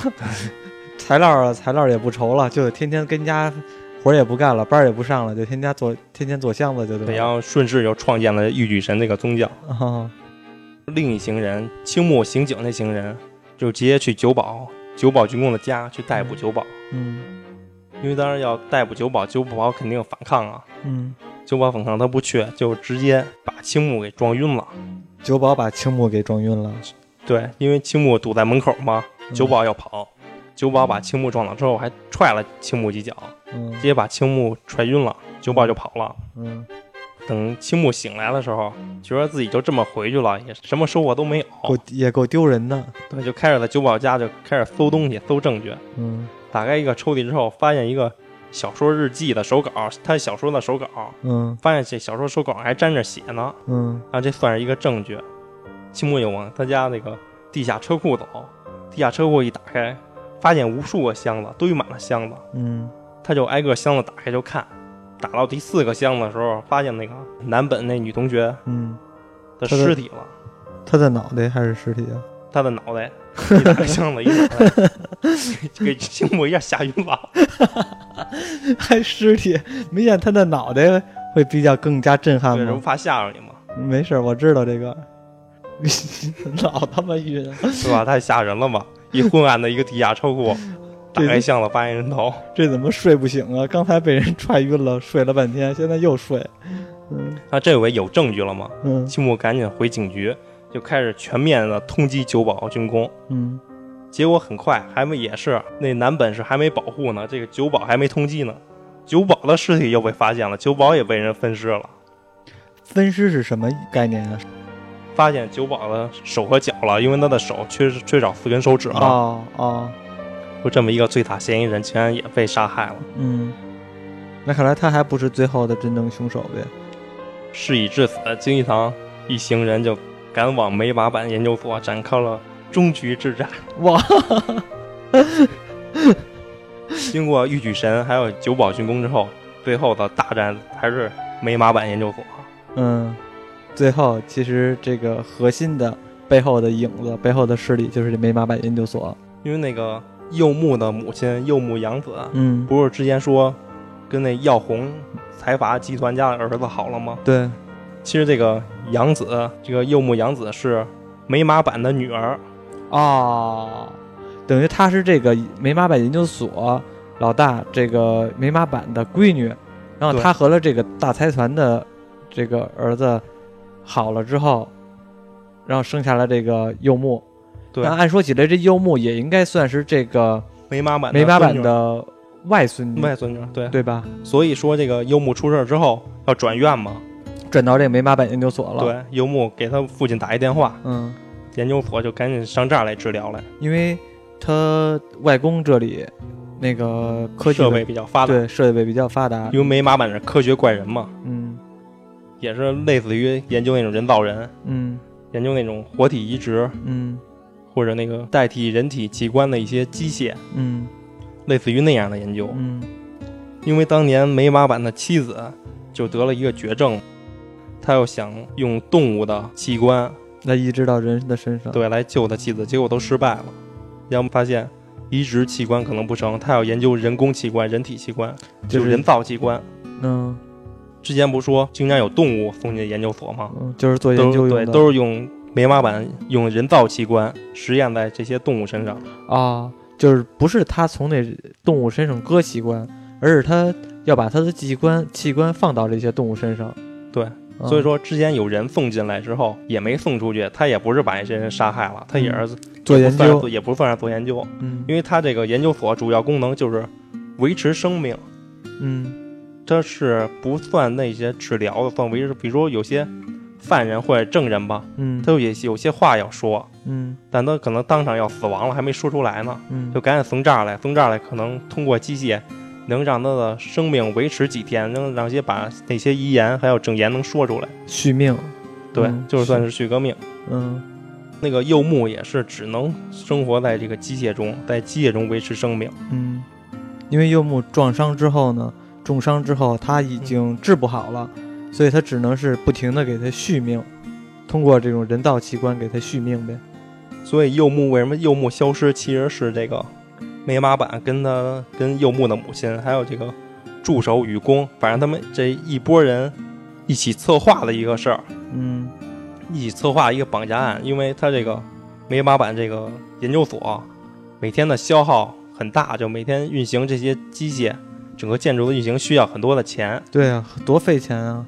S1: <laughs> 材料啊材料也不愁了，就天天跟家活儿也不干了，班儿也不上了，就天天做天天做箱子就
S2: 对
S1: 得
S2: 然
S1: 了。
S2: 后顺势就创建了玉举神这个宗教。
S1: 啊，
S2: 另一行人青木刑警那行人就直接去九保九保军公的家去逮捕九保，
S1: 嗯
S2: 因为当时要逮捕九保，九保肯定反抗啊，
S1: 嗯，
S2: 九保反抗他不去，就直接把青木给撞晕了。
S1: 九保把青木给撞晕了。
S2: 对，因为青木堵在门口嘛，
S1: 嗯
S2: 九保要跑，九保把青木撞倒之后还踹了青木几脚，
S1: 嗯
S2: 直接把青木踹晕了。九保就跑了。
S4: 嗯，
S2: 等青木醒来的时候，觉得自己就这么回去了，也什么收获都没有，
S1: 够也够丢人的。
S2: 对，就开始在九保家就开始搜东西、搜证据。
S1: 嗯
S2: 打开一个抽屉之后，发现一个小说日记的手稿，他小说的手稿，
S1: 嗯
S2: 发现这小说手稿还沾着血呢，
S1: 嗯
S2: 啊，这算是一个证据。青木又往他家那个地下车库走，地下车库一打开，发现无数个箱子堆满了箱子，
S1: 嗯
S2: 他就挨个箱子打开就看，打到第四个箱子的时候，发现那个南本那女同学
S1: 嗯，
S2: 的
S1: 她的
S2: 尸体了，
S1: 他的脑袋还是尸体啊？
S2: 她的脑袋，一打开 <laughs> 箱子一脑袋，给青木一下吓晕了。
S1: <laughs> 还尸体？明显他的脑袋会比较更加震撼
S2: 对，这不
S1: 啊吗？
S2: 怕吓着你吗？
S1: 没事儿，我知道这个。 <laughs> 老他妈晕啊，
S2: 是吧？太吓人了吧！一昏暗的一个地下车库，
S1: <laughs>
S2: 打
S1: 对
S2: 开箱子发现人头，
S1: 这怎么睡不醒啊？刚才被人踹晕了，睡了半天，现在又睡。嗯
S2: 那这回有证据了吗？
S1: 嗯
S2: 青木赶紧回警局，就开始全面的通缉九保军工。
S1: 嗯
S2: 结果很快，还没也是那南本是还没保护呢，这个九保还没通缉呢，九保的尸体又被发现了，九保也被人分尸了，
S1: 分尸是什么概念啊？
S2: 发现九保的手和脚了，因为他的手缺缺少四根手指嘛，
S1: 哦哦，
S2: 就这么一个最大嫌疑人竟然也被杀害了。
S1: 嗯，那看来他还不是最后的真正凶手呗？
S2: 事已至此，金一堂一行人就赶往梅马坂研究所，展开了终局之战。
S1: 哇，
S2: 经过玉举神还有九保军功之后，最后的大战还是梅马坂研究所。
S1: 嗯，最后其实这个核心的背后的影子、背后的势力就是这美马版研究所。
S2: 因为那个柚木的母亲柚木阳子，啊
S1: 嗯，
S2: 不是之前说跟那耀红财阀集团家的儿子好了吗？
S1: 对，
S2: 其实这个阳子，这个柚木阳子是梅马坂的女儿，
S1: 哦，等于她是这个美马版研究所老大这个美马版的闺女，然后
S2: 对
S1: 她和了这个大财团的这个儿子好了之后，然后生下了这个柚木。
S2: 对
S1: 那按说起来，这柚木也应该算是这个
S2: 梅马坂的
S1: 美马版
S2: 孙女
S1: 的外孙女，
S2: 外孙女，对。
S1: 对吧？
S2: 所以说这个柚木出事儿之后要转院嘛，
S1: 转到这个美马版研究所了。，
S2: 对，柚木给他父亲打一电话，
S1: 嗯，
S2: 研究所就赶紧上这儿来治疗来，
S1: 因为他外公这里那个科技的
S2: 设备比较发达，
S1: 对设备比较发达
S2: 因，为梅马版是科学怪人嘛，
S1: 嗯
S2: 也是类似于研究那种人造人，
S1: 嗯
S2: 研究那种活体移植
S1: 嗯
S2: 或者那个代替人体器官的一些机械，
S1: 嗯
S2: 类似于那样的研究。
S1: 嗯
S2: 因为当年梅马版的妻子就得了一个绝症，他又想用动物的器官
S1: 来移植到人的身上。，
S2: 对来救他妻子，结果都失败了。要么发现移植器官可能不成，他要研究人工器官、人体器官，
S1: 就是
S2: 人造器官。
S1: 嗯
S2: 之前不是说经常有动物送进研究所吗？
S1: 嗯，就是做研
S2: 都
S1: 究用
S2: 是对，
S1: 的。
S2: 都是用梅马板用人造器官实验在这些动物身上。
S1: 啊，就是不是他从那动物身上割器官，而是他要把他的器官器官放到这些动物身上。
S2: 对
S1: 嗯，
S2: 所以说之前有人送进来之后也没送出去，他也不是把这些人杀害了，他也
S1: 嗯
S2: 是
S1: 做
S2: 也
S1: 研
S2: 不算是做
S1: 究，
S2: 也不算是做研究，
S1: 嗯
S2: 因为他这个研究所主要功能就是维持生命。
S1: 嗯
S2: 这是不算那些治疗的，算维持。比如说有些犯人或者证人吧，
S1: 嗯
S2: 他有也有些话要说，
S1: 嗯
S2: 但他可能当场要死亡了，还没说出来呢，
S1: 嗯
S2: 就赶紧从这儿来，从这儿来，可能通过机械能让他的生命维持几天，能让些把那些遗言还有证言能说出来。
S1: 续命。
S2: 对，
S1: 嗯
S2: 就是
S1: 是
S2: 算是续革命。
S1: 嗯
S2: 那个柚木也是只能生活在这个机械中，在机械中维持生命。
S1: 嗯，因为柚木撞伤之后呢，重伤之后他已经治不好了，所以他只能是不停的给他续命，通过这种人造器官给他续命呗。
S2: 所以柚木为什么柚木消失，其实是这个梅马坂跟他跟柚木的母亲，还有这个助手雨宫，反正他们这一拨人一起策划的一个事儿，
S1: 嗯
S2: 一起策划一个绑架案。因为他这个梅马坂这个研究所每天的消耗很大，就每天运行这些机械，整个建筑的运行需要很多的钱，
S1: 对啊，多费钱啊！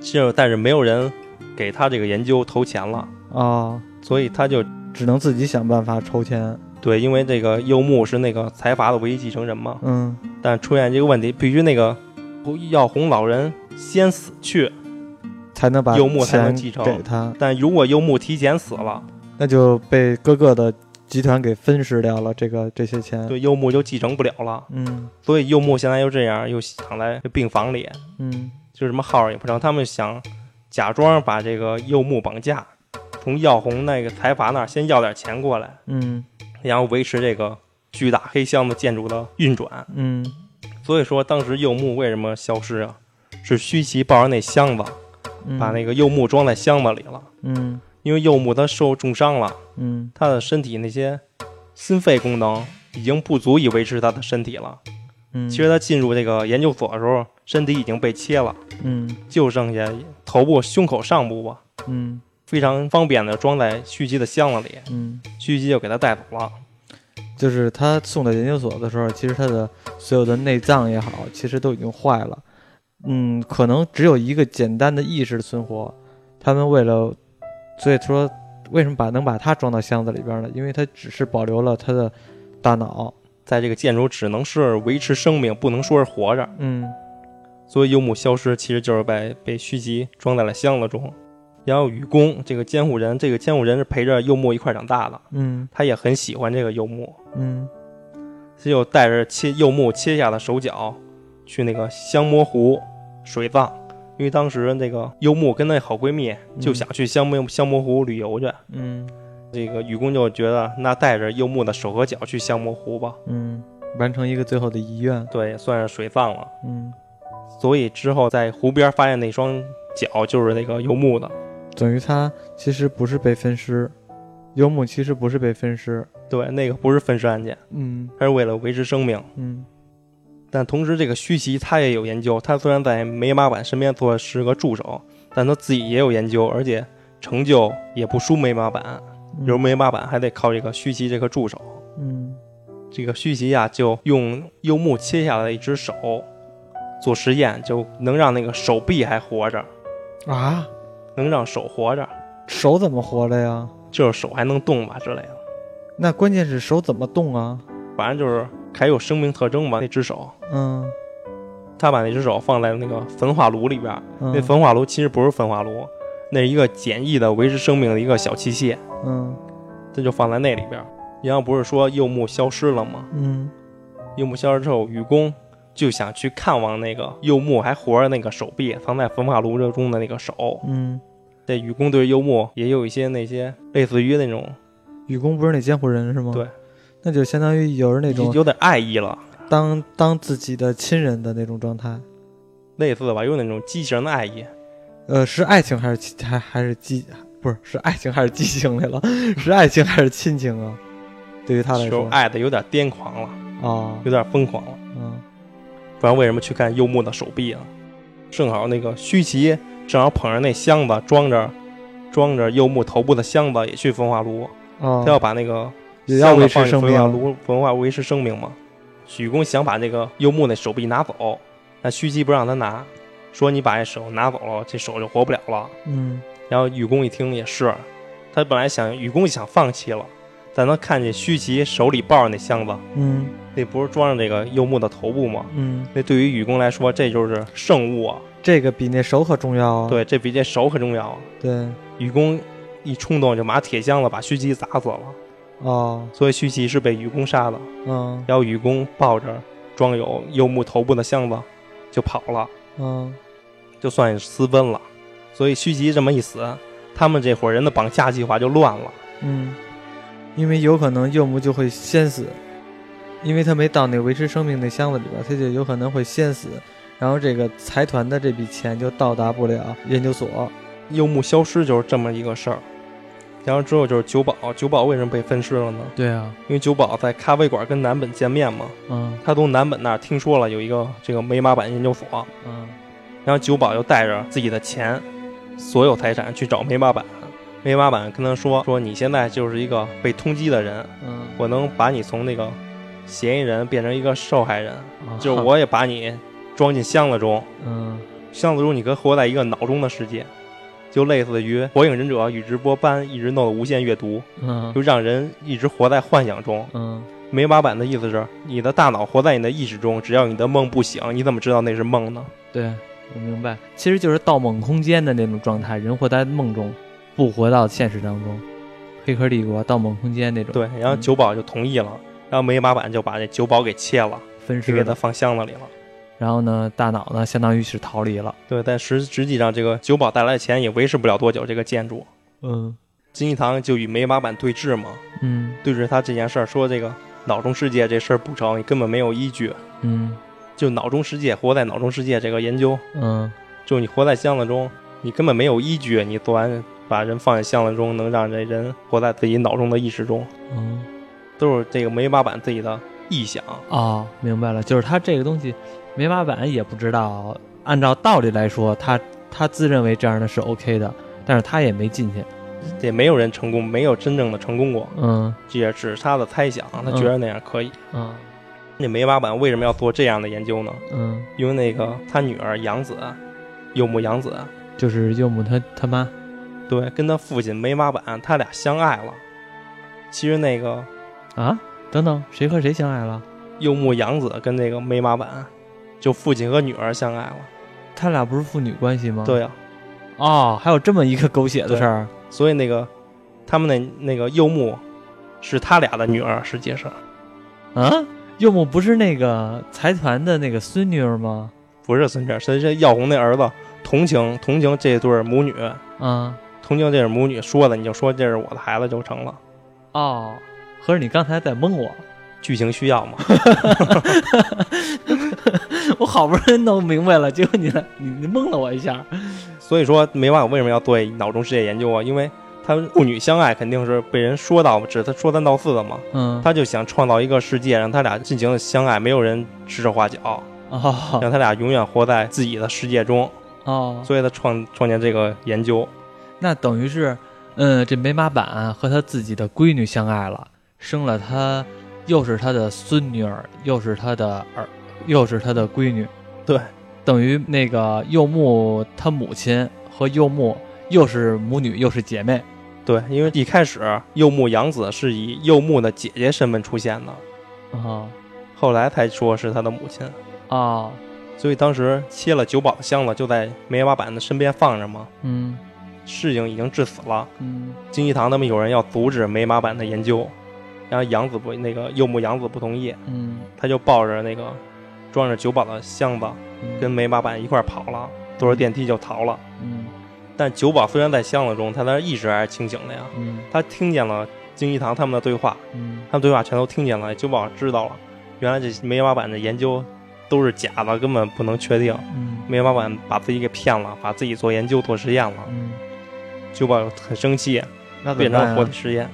S2: 就但是没有人给他这个研究投钱了，
S1: 哦，
S2: 所以他就
S1: 只能自己想办法筹钱。
S2: 对，因为这个柚木是那个财阀的唯一继承人嘛。
S1: 嗯
S2: 但出现这个问题，必须那个不要哄老人先死去，
S1: 才能把
S2: 幽默才能
S1: 钱
S2: 继承
S1: 给他，
S2: 但如果柚木提前死了，
S1: 那就被哥哥的集团给分食掉了。这个这些钱，
S2: 对柚木就继承不了了。
S1: 嗯
S2: 所以柚木现在又这样，又想在这病房里，
S1: 嗯，
S2: 就是什么号儿也不成，他们想假装把这个柚木绑架，从药红那个财阀那儿先要点钱过来，
S1: 嗯
S2: 然后维持这个巨大黑箱子建筑的运转。
S1: 嗯
S2: 所以说，当时柚木为什么消失啊？是虚崎抱着那箱子，
S1: 嗯，
S2: 把那个柚木装在箱子里了。
S1: 嗯
S2: 因为柚木他受重伤了，
S1: 嗯
S2: 他的身体那些心肺功能已经不足以维持他的身体了。
S1: 嗯，
S2: 其实他进入这个研究所的时候，身体已经被切了，
S1: 嗯
S2: 就剩下头部、胸口、上部吧，
S1: 嗯
S2: 非常方便的装在蓄积的箱子里，
S1: 嗯，
S2: 蓄积就给他带走了。
S1: 就是他送到研究所的时候，其实他的所有的内脏也好，其实都已经坏了。嗯，可能只有一个简单的意识存活。他们为了，所以说为什么把能把他装到箱子里边呢？因为他只是保留了他的大脑。
S2: 在这个建筑只能是维持生命，不能说是活着。
S1: 嗯
S2: 所以幽木消失其实就是被被须吉装在了箱子中。然后雨宫这个监护人，这个监护人是陪着幽木一块儿长大的，
S1: 嗯
S2: 他也很喜欢这个幽木，
S1: 嗯
S2: 他就带着切幽木切下的手脚去那个香魔湖水葬，因为当时那个幽木跟那好闺蜜就想去香魔香魔湖旅游去，
S1: 嗯
S2: 这个雨宫就觉得那带着幽木的手和脚去香魔湖吧，
S1: 嗯，完成一个最后的遗愿。
S2: 对，也算是水葬了。
S1: 嗯，
S2: 所以之后在湖边发现那双脚就是那个幽木的，
S1: 等于他其实不是被分尸，游牧其实不是被分尸。
S2: 对，那个不是分尸案件。
S1: 嗯
S2: 他是为了维持生命。
S1: 嗯
S2: 但同时，这个虚崎他也有研究，他虽然在梅马板身边做是个助手，但他自己也有研究，而且成就也不输梅马板。比如梅马板还得靠这个虚崎这个助手。
S1: 嗯
S2: 这个虚崎呀、就用柚木切下来的一只手做实验，就能让那个手臂还活着，
S1: 啊，
S2: 能让手活着，
S1: 手怎么活着呀？
S2: 就是手还能动吧之类的。
S1: 那关键是手怎么动啊？
S2: 反正就是还有生命特征吧。那只手，
S1: 嗯，
S2: 他把那只手放在那个焚化炉里边，
S1: 嗯
S2: 那焚化炉其实不是焚化炉，那是一个简易的维持生命的一个小器械，
S1: 嗯
S2: 这就放在那里边儿。然后不是说柚木消失了吗？
S1: 嗯
S2: 柚木消失之后，雨宫就想去看望那个柚木还活着那个手臂，藏在焚化炉之中的那个手。
S1: 嗯，
S2: 这雨宫对柚木也有一些那些类似于那种
S1: 雨宫不是那监护人是吗？
S2: 对，
S1: 那就相当于有人那种
S2: 有点爱意了，
S1: 当当自己的亲人的那种状态。
S2: 类似吧，有那种畸形的爱意。
S1: 呃，是爱情还是亲还还是激？不是，是爱情还是激情来了？ <laughs> 是爱情还是亲情啊？对于他来
S2: 就
S1: 说，
S2: 爱的有点癫狂了，
S1: 啊，
S2: 有点疯狂了。
S1: 嗯
S2: 不然为什么去看柚木的手臂啊？正好那个须崎正好捧着那箱子，装着装着柚木头部的箱子也去焚化炉，他要
S1: 哦，
S2: 把那个
S1: 也要维
S2: 箱
S1: 持
S2: 子
S1: 生
S2: 放进焚化
S1: 命。
S2: 炉焚化维持生命嘛。许公想把那个柚木那手臂拿走，但须崎不让他拿，说你把这手拿走了，这手就活不了了。
S1: 嗯
S2: 然后雨宫一听也是，他本来想雨宫想放弃了，但他看见须崎手里抱着那箱子，
S1: 嗯
S2: 那不是装着这个柚木的头部吗？
S1: 嗯，
S2: 那对于雨宫来说，这就是圣物啊！
S1: 这个比那手可重要啊。
S2: 对，这比这手可重要啊！
S1: 对，
S2: 雨宫一冲动就拿铁箱子把须崎砸死了，
S1: 哦，
S2: 所以须崎是被雨宫杀的。
S1: 嗯
S2: 然后雨宫抱着装有柚木头部的箱子就跑了，
S1: 嗯
S2: 就算是私奔了。所以须崎这么一死，他们这伙人的绑架计划就乱了。
S1: 嗯，因为有可能柚木就会先死，因为他没到那个维持生命那箱子里边，他就有可能会先死，然后这个财团的这笔钱就到达不了研究所。
S2: 柚木消失就是这么一个事儿。然后之后就是九保，九保为什么被分尸了呢？
S5: 对啊，
S2: 因为九保在咖啡馆跟南本见面嘛，
S5: 嗯
S2: 他从南本那儿听说了有一个这个美马版研究所，
S5: 嗯
S2: 然后九保又带着自己的钱，所有财产去找梅马板。梅马板跟他说：“说你现在就是一个被通缉的人，
S1: 嗯，
S2: 我能把你从那个嫌疑人变成一个受害人，
S5: 啊
S2: 就是我也把你装进箱子中，
S1: 嗯
S2: 箱子中你可活在一个脑中的世界，就类似于《火影忍者》宇智波斑一直弄的无限阅读，
S5: 嗯
S2: 就让人一直活在幻想中。
S5: 嗯
S2: 没把板的意思是，你的大脑活在你的意识中，只要你的梦不醒，你怎么知道那是梦呢？
S1: 对，我明白，其实就是《盗梦空间》的那种状态，人活在梦中，不活到现实当中。黑客帝国、盗梦空间那种，，
S2: 对，然后
S1: 嗯
S2: 九保就同意了，然后梅把板就把这九保给切了，
S1: 分
S2: 就给
S1: 尸
S2: 他
S1: 的。
S2: 放箱子里了。
S1: 然后呢，大脑呢，相当于是逃离了。
S2: 对，但实实际上这个九保带来的钱也维持不了多久这个建筑。
S1: 嗯
S2: 金一堂就与梅把板对峙嘛，
S1: 嗯
S2: 对峙他这件事儿，说这个脑中世界这事儿不成，根本没有依据。
S1: 嗯
S2: 就脑中世界，活在脑中世界这个研究，
S1: 嗯，
S2: 就你活在箱子中，你根本没有依据，你做完把人放在箱子中，能让这人活在自己脑中的意识中，
S1: 嗯
S2: 都是这个梅把板自己的臆想。
S1: 哦，明白了，就是他这个东西，没法版也不知道。按照道理来说，他他自认为这样的是 OK 的，但是他也没进去。
S2: 也没有人成功，没有真正的成功过，
S1: 嗯
S2: 这也只是他的猜想，他觉得那样可以。
S1: 嗯
S2: 那梅把板为什么要做这样的研究呢？
S1: 嗯，
S2: 因为那个他女儿杨子，柚木杨子，
S1: 就是柚木他他妈。
S2: 对，跟他父亲梅把板，他俩相爱了。其实那个
S1: 啊，等等，谁和谁相爱了？
S2: 柚木杨子跟那个梅把板，就父亲和女儿相爱了。
S1: 他俩不是父女关系吗？
S2: 对呀、
S1: 哦，还有这么一个狗血的事儿。
S2: 所以那个他们那那个柚木是他俩的女儿，实际上
S1: 啊，柚木不是那个财团的那个孙女儿吗？
S2: 不是孙女儿，是是耀红那儿子同情同情这对母女。
S1: 啊，
S2: 同情这是母女说的，你就说这是我的孩子就成了。
S1: 哦，合着你刚才在蒙我， <laughs>
S2: 剧情需要嘛？
S1: 我好不容易弄明白了，结果你来你你蒙了我一下。
S2: 所以说没办法，为什么要对脑中世界研究啊？因为他们父女相爱肯定是被人说到嘛，只他说三道四的嘛。
S1: 嗯，
S2: 他就想创造一个世界，让他俩尽情的相爱，没有人指手画脚，
S1: 哦
S2: 让他俩永远活在自己的世界中。
S1: 哦，
S2: 所以他创创建这个研究，
S1: 那等于是，嗯，这梅马板和他自己的闺女相爱了，生了他，又是他的孙女儿，又是他的儿，又是他的闺女。
S2: 对，
S1: 等于那个柚木他母亲和柚木又是母女又是姐妹。
S2: 对，因为一开始柚木阳子是以柚木的姐姐身份出现的，
S1: 啊
S2: 后来才说是他的母亲。
S1: 啊，
S2: 所以当时切了九宝的箱子就在梅把板的身边放着嘛。
S1: 嗯
S2: 事情已经致死了，
S1: 嗯
S2: 金一堂他们有人要阻止梅马版的研究，然后杨子不那个柚木杨子不同意，
S1: 嗯，
S2: 他就抱着那个装着酒保的箱子
S1: 嗯
S2: 跟梅马版一块儿跑了，坐着电梯就逃了。
S1: 嗯
S2: 但酒保虽然在箱子中，他的意识还是清醒的呀，
S1: 嗯
S2: 他听见了金一堂他们的对话，
S1: 嗯
S2: 他们对话全都听见了，酒保知道了，原来这梅马版的研究都是假的，根本不能确定。
S1: 嗯
S2: 梅马版把自己给骗了，把自己做研究做实验了，
S1: 嗯，
S2: 酒保很生气，
S3: 那
S2: 啊变
S3: 怎么
S2: 成
S3: 办
S1: 啊
S2: 活
S3: 呀
S2: 体？实验。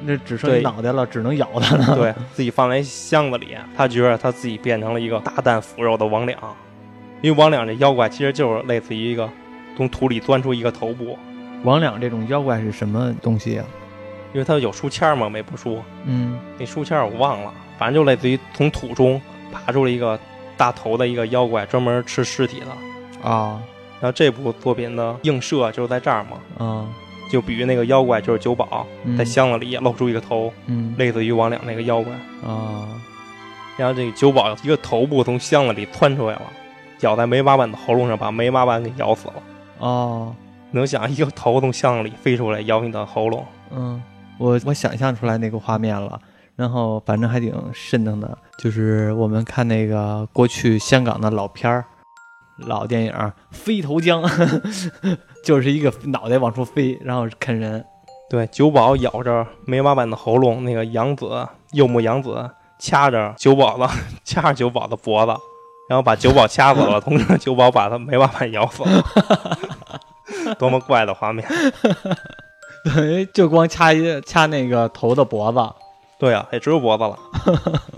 S3: 那只剩你
S2: 对
S3: 脑袋了，只能咬它了。
S2: <laughs> 对自己放在箱子里，他觉得他自己变成了一个大蛋腐肉的魍魉，因为魍魉这妖怪其实就是类似于一个从土里钻出一个头部，
S3: 魍魉这种妖怪是什么东
S1: 啊
S3: 西呀？
S2: 因为它有书签儿嘛，每部书
S1: 嗯
S2: 那书签儿我忘了，反正就类似于从土中爬出了一个大头的一个妖怪，专门吃尸体的。
S1: 啊
S2: 然后这部作品的映射就是在这儿嘛，
S3: 嗯
S1: 啊，
S2: 就比喻那个妖怪就是九保
S1: 嗯
S2: 在箱子里也露出一个头，
S1: 嗯
S2: 类似于魍魉那个妖怪。
S1: 啊
S2: 然后这个九保一个头部从箱子里窜出来了，咬在梅八板的喉咙上，把梅八板给咬死了。
S1: 哦
S2: 能想一个头从箱子里飞出来咬你的喉咙，
S1: 嗯
S3: 我我想象出来那个画面了，然后反正还挺瘆腾的。就是我们看那个过去香港的老片儿、老电影儿《飞头江》，就是一个脑袋往出飞，然后啃人。 <laughs>
S2: 对，九保咬着梅八板的喉咙，那个杨子柚木杨子掐着九保的 <laughs> 掐着九保的脖子，然后把九保掐死了，同时九保把他梅八板咬死了，多么怪的画面！
S3: 等于就光掐一掐那个头的脖子，
S2: 对啊，也只有脖子了。 <laughs>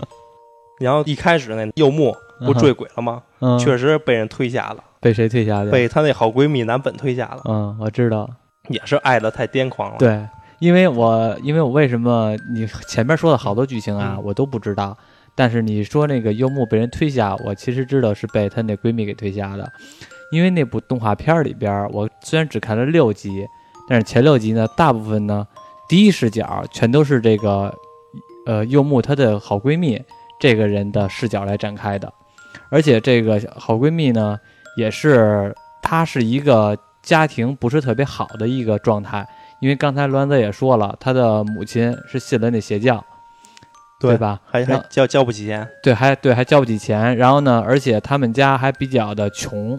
S2: 然后一开始那柚木不坠轨了吗？
S3: 嗯，
S2: 确实被人推下了。
S3: 被谁退下去？
S2: 被她那好闺蜜南本推下了，
S3: 嗯，我知道，
S2: 也是爱的太癫狂了。，
S3: 对，因为我因为我为什么你前面说的好多剧情啊，
S2: 嗯
S3: 我都不知道。但是你说那个幽木被人推下，我其实知道是被她那闺蜜给推下的，因为那部动画片儿里边儿，我虽然只看了六集，但是前六集呢，大部分呢第一视角全都是这个
S1: 呃柚木她的好闺蜜这个人的视角来展开的，而且这个好闺蜜呢，也是她是一个家庭不是特别好的一个状态，因为刚才罗兰泽也说了，她的母亲是信了那邪教，
S2: 对
S1: 吧？
S2: 还还
S1: 然后
S2: 交交不起钱，
S1: 对，还对还交不起钱，然后呢，而且他们家还比较的穷，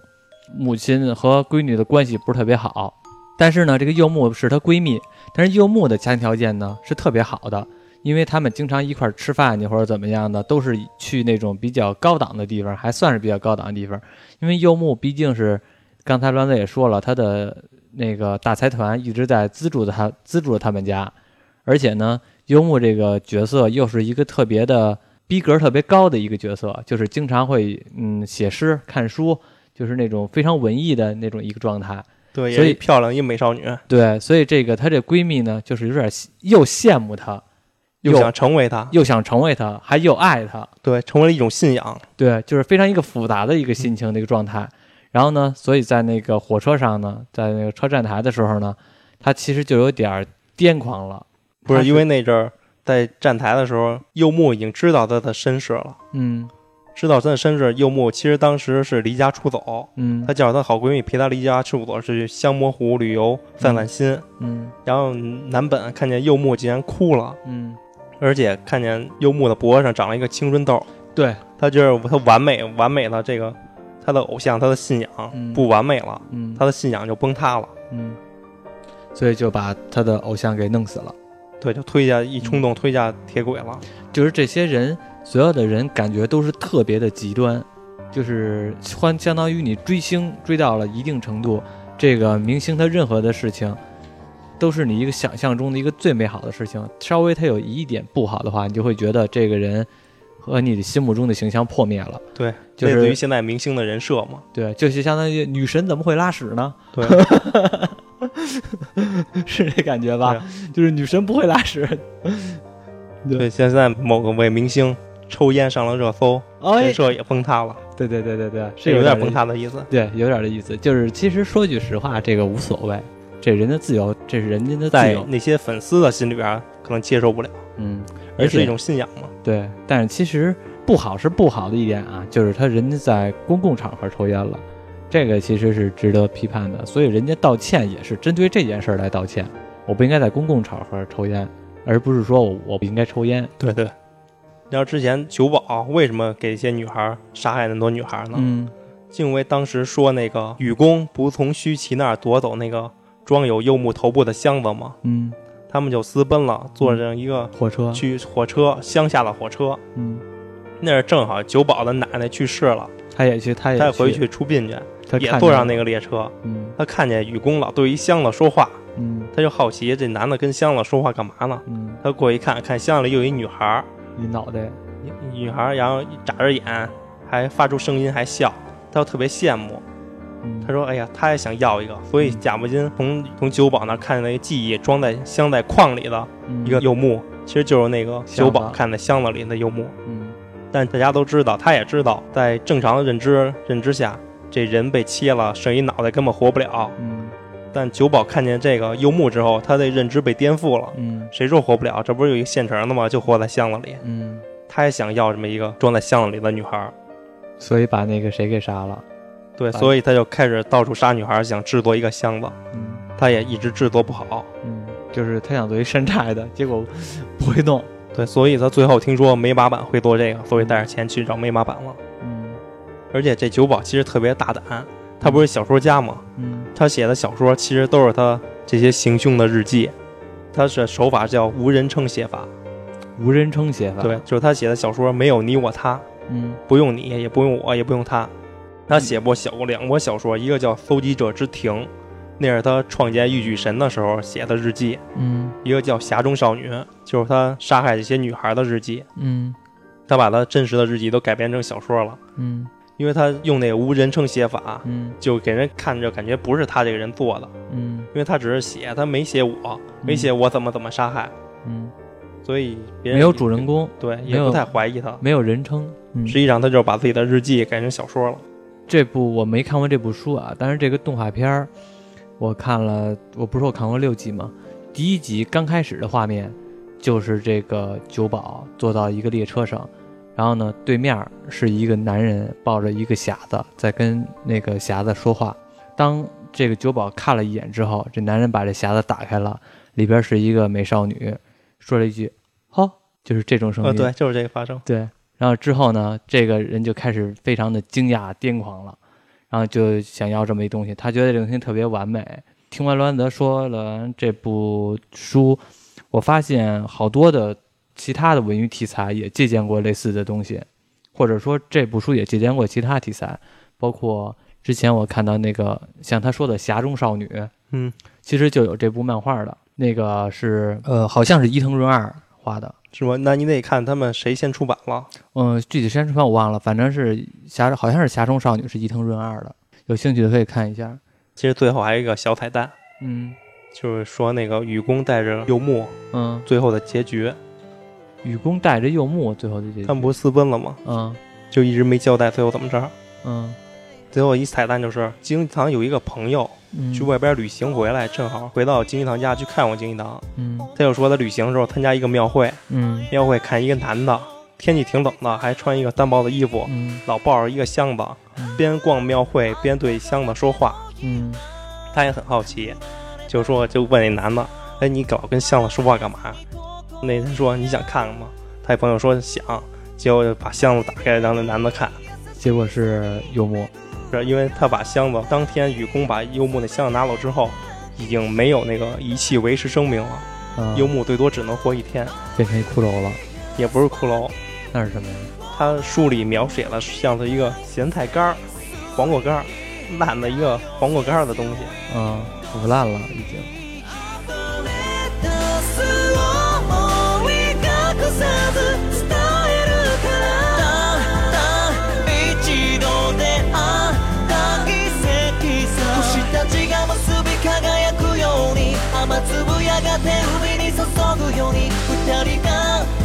S1: 母亲和闺女的关系不是特别好。但是呢，这个柚木是她闺蜜，但是柚木的家庭条件呢是特别好的，因为他们经常一块儿吃饭去或者怎么样的，都是去那种比较高档的地方，还算是比较高档的地方。因为柚木毕竟是刚才栾子也说了，他的那个大财团一直在资助着他，资助着他们家，而且呢，柚木这个角色又是一个特别的。逼格特别高的一个角色，就是经常会嗯写诗、看书，就是那种非常文艺的那种一个状态。
S2: 对，
S1: 所
S2: 也
S1: 以
S2: 是漂亮一美少女，
S1: 对，所以这个她这闺蜜呢，就是有点羡又羡慕她，
S2: 又
S1: 又
S2: 想成为她，
S1: 又想成为她，还又爱她。
S2: 对，成为了一种信仰，
S1: 对，就是非常一个复杂的一个心情的一个状态。然后呢，所以在那个火车上呢，在那个车站台的时候呢，她其实就有点儿癫狂了。
S2: 不
S1: 她
S2: 是因为那阵儿在站台的时候，柚木已经知道她的身世了，
S1: 嗯
S2: 知道她的身世，柚木其实当时是离家出走，
S1: 嗯
S2: 她叫她好闺蜜陪她离家出走，是去香魔湖旅游散散心。
S1: 嗯
S2: 然后南本看见柚木竟然哭了，
S1: 嗯，
S2: 而且看见柚木的脖子上长了一个青春痘，
S1: 对，
S2: 她就是她完美完美的这个她的偶像，她的信仰
S1: 嗯
S2: 不完美了，
S1: 嗯
S2: 她的信仰就崩塌了。
S1: 嗯，所以就把她的偶像给弄死了。
S2: 对，就推下一冲动推下铁轨了。
S1: 就是这些人，所有的人感觉都是特别的极端，就是相相当于你追星追到了一定程度，这个明星他任何的事情，都是你一个想象中的一个最美好的事情。稍微他有一点不好的话，你就会觉得这个人和你的心目中的形象破灭了。
S2: 对，
S1: 就
S2: 类似于
S1: 是
S2: 现在明星的人设嘛。
S1: 对，就是相当于女神怎么会拉屎呢？ <laughs>
S2: 对，
S1: 是这感觉
S2: 对啊
S1: 吧？ <laughs> 就是女神不会拉屎。
S2: <laughs> 对，现在某个位明星抽烟上了热搜，
S1: 哎
S2: 人，设也崩塌了，
S1: 对对对对对，是
S2: 啊这有
S1: 点
S2: 点崩
S1: 塌。
S2: 塌的意思。
S1: 对，有点这意思。就是其实说句实话，这个无所谓，这人的自由，这是人家的自
S2: 在
S1: 由。
S2: 那些粉丝的心里边，可能接受不了，
S1: 嗯，而
S2: 也是
S1: 且
S2: 一种信仰嘛。
S1: 对，但是其实不好是不好的一点啊，就是他人家在公共场合抽烟了，这个其实是值得批判的。所以人家道歉也是针对这件事儿来道歉，我不应该在公共场合抽烟，而不是说我我不应该抽烟。
S2: 对对。你要之前九保为什么给一些女孩杀害那么多女孩呢？
S1: 嗯
S2: 就因为当时说那个禹公不从须齐那儿夺走那个装有柚木头部的箱子吗？
S1: 嗯，
S2: 他们就私奔了，坐着一个
S1: 火车，
S2: 去嗯火车乡下的火车，
S1: 嗯，
S2: 那是正好九保的奶奶去世了，
S1: 他也去，他也
S2: 他回
S1: 去，
S2: 去出殡去，
S1: 他
S2: 也
S1: 看
S2: 坐
S1: 见
S2: 上
S1: 了
S2: 那个列车。
S1: 嗯
S2: 他看见禹公老对一箱子说话，
S1: 嗯
S2: 他就好奇这男的跟箱子说话干嘛呢？
S1: 嗯，
S2: 他过去一看，看箱子里有一女孩儿，
S1: 你脑袋，
S2: 女孩儿然后眨着眼，还发出声音，还笑，他就特别羡慕。
S1: 嗯
S2: 他说：“哎呀，他也想要一个。”所以
S1: 嗯
S2: 贾木金从从九保那儿看见那个记忆装在镶在框里的
S1: 嗯
S2: 一个，柚木，其实就是那个九保
S1: 箱子
S2: 看在箱子里的柚木。
S1: 嗯
S2: 但大家都知道，他也知道，在正常的认知认知下，这人被切了，剩一脑袋根本活不了。
S1: 嗯
S2: 但九保看见这个柚木之后，他的认知被颠覆了。
S1: 嗯
S2: 谁说活不了？这不是有一个现成的吗？就活在箱子里。
S1: 嗯，
S2: 他也想要这么一个装在箱子里的女孩儿，
S1: 所以把那个谁给杀了。
S2: 对，
S1: 白
S2: 所以他就开始到处杀女孩儿，想制作一个箱子。
S1: 嗯
S2: 他也一直制作不好，
S1: 嗯，就是他想做一山寨的，结果不会弄。
S2: 对，所以他最后听说美马版会做这个，所以带着钱去找美马版了。
S1: 嗯
S2: 而且这九保其实特别大胆，他不是小说家吗？
S1: 嗯
S2: 他写的小说其实都是他这些行凶的日记，他是手法叫无人称写法，
S1: 无人称写法。
S2: 对，，就是他写的小说没有你我他，
S1: 嗯
S2: 不用你也不用我也不用他。他写过小两部小说，一个叫《搜集者之庭》，那是他创建玉举神的时候写的日记；
S1: 嗯
S2: 一个叫《匣中少女》，就是他杀害这些女孩的日记。
S1: 嗯
S2: 他把他真实的日记都改编成小说了，
S1: 嗯
S2: 因为他用那个无人称写法，
S1: 嗯
S2: 就给人看着感觉不是他这个人做的，
S1: 嗯
S2: 因为他只是写，他没写我，没写我怎么怎么杀害，
S1: 嗯，
S2: 所以别人
S1: 没有主人，公，
S2: 对，
S1: 没
S2: 也
S1: 有
S2: 不太怀疑他。
S1: 没有人称。嗯
S2: 实际上，他就是把自己的日记改成小说了。
S1: 这部我没看过这部书啊，但是这个动画片儿我看了，我不是说我看过六集吗？第一集刚开始的画面就是这个酒保坐到一个列车上，然后呢，对面是一个男人抱着一个匣子在跟那个匣子说话。当这个酒保看了一眼之后，这男人把这匣子打开了，里边是一个美少女，说了一句“好”，就是这种声音。
S2: 呃，对，就是这个发声。
S1: 对，然后之后呢，这个人就开始非常的惊讶、癫狂了，然后就想要这么一东西，他觉得这个东西特别完美。听完罗兰德说了这部书，我发现好多的其他的文娱题材也借鉴过类似的东西，或者说这部书也借鉴过其他题材，包括之前我看到那个像他说的《匣中少女》，
S2: 嗯，
S1: 其实就有这部漫画的，那个是呃，好像是伊藤润二画的，
S2: 是吗？那你得看他们谁先出版了。
S1: 嗯，具体时间出版我忘了，反正是匣，好像是《匣中少女》是伊藤润二的，有兴趣的可以看一下。
S2: 其实最后还有一个小彩蛋，
S1: 嗯
S2: 就是说那个雨宫带着柚木
S1: 嗯，
S2: 最后的结局，
S1: 雨宫带着柚木，最后的结局。
S2: 他们不是私奔了吗？
S1: 嗯
S2: 就一直没交代最后怎么着。
S1: 嗯
S2: 最后一彩蛋就是京一堂有一个朋友
S1: 嗯，
S2: 去外边旅行回来，正好回到京一堂家去看望京一堂。
S1: 嗯
S2: 他就说他旅行的时候参加一个庙会，
S1: 嗯
S2: 庙会看一个男的，天气挺冷的，还穿一个单薄的衣服，
S1: 嗯
S2: 老抱着一个箱子，边逛庙会边对箱子说话。
S1: 嗯
S2: 他也很好奇，就说就问那男的：“哎，你搞跟箱子说话干嘛？”那人说：“你想看看吗？”他朋友说：“想。”结果就把箱子打开让那男的看，
S1: 结果是柚木。
S2: 是因为他把箱子当天雨宫把幽木那箱子拿走之后，已经没有那个仪器维持生命了，
S1: 嗯，
S2: 幽木最多只能活一天，
S1: 变成一骷髅了，
S2: 也不是骷髅。
S1: 那是什么呀？
S2: 他书里描写了像是一个咸菜干儿、黄瓜干儿、烂的一个黄瓜干儿的东西。
S1: 嗯，腐烂了已经。
S6: レタスを覆い隠さず伝えるからたった一度であった奇跡さ星たちが結び輝くように雨粒やがて海に注ぐように二人が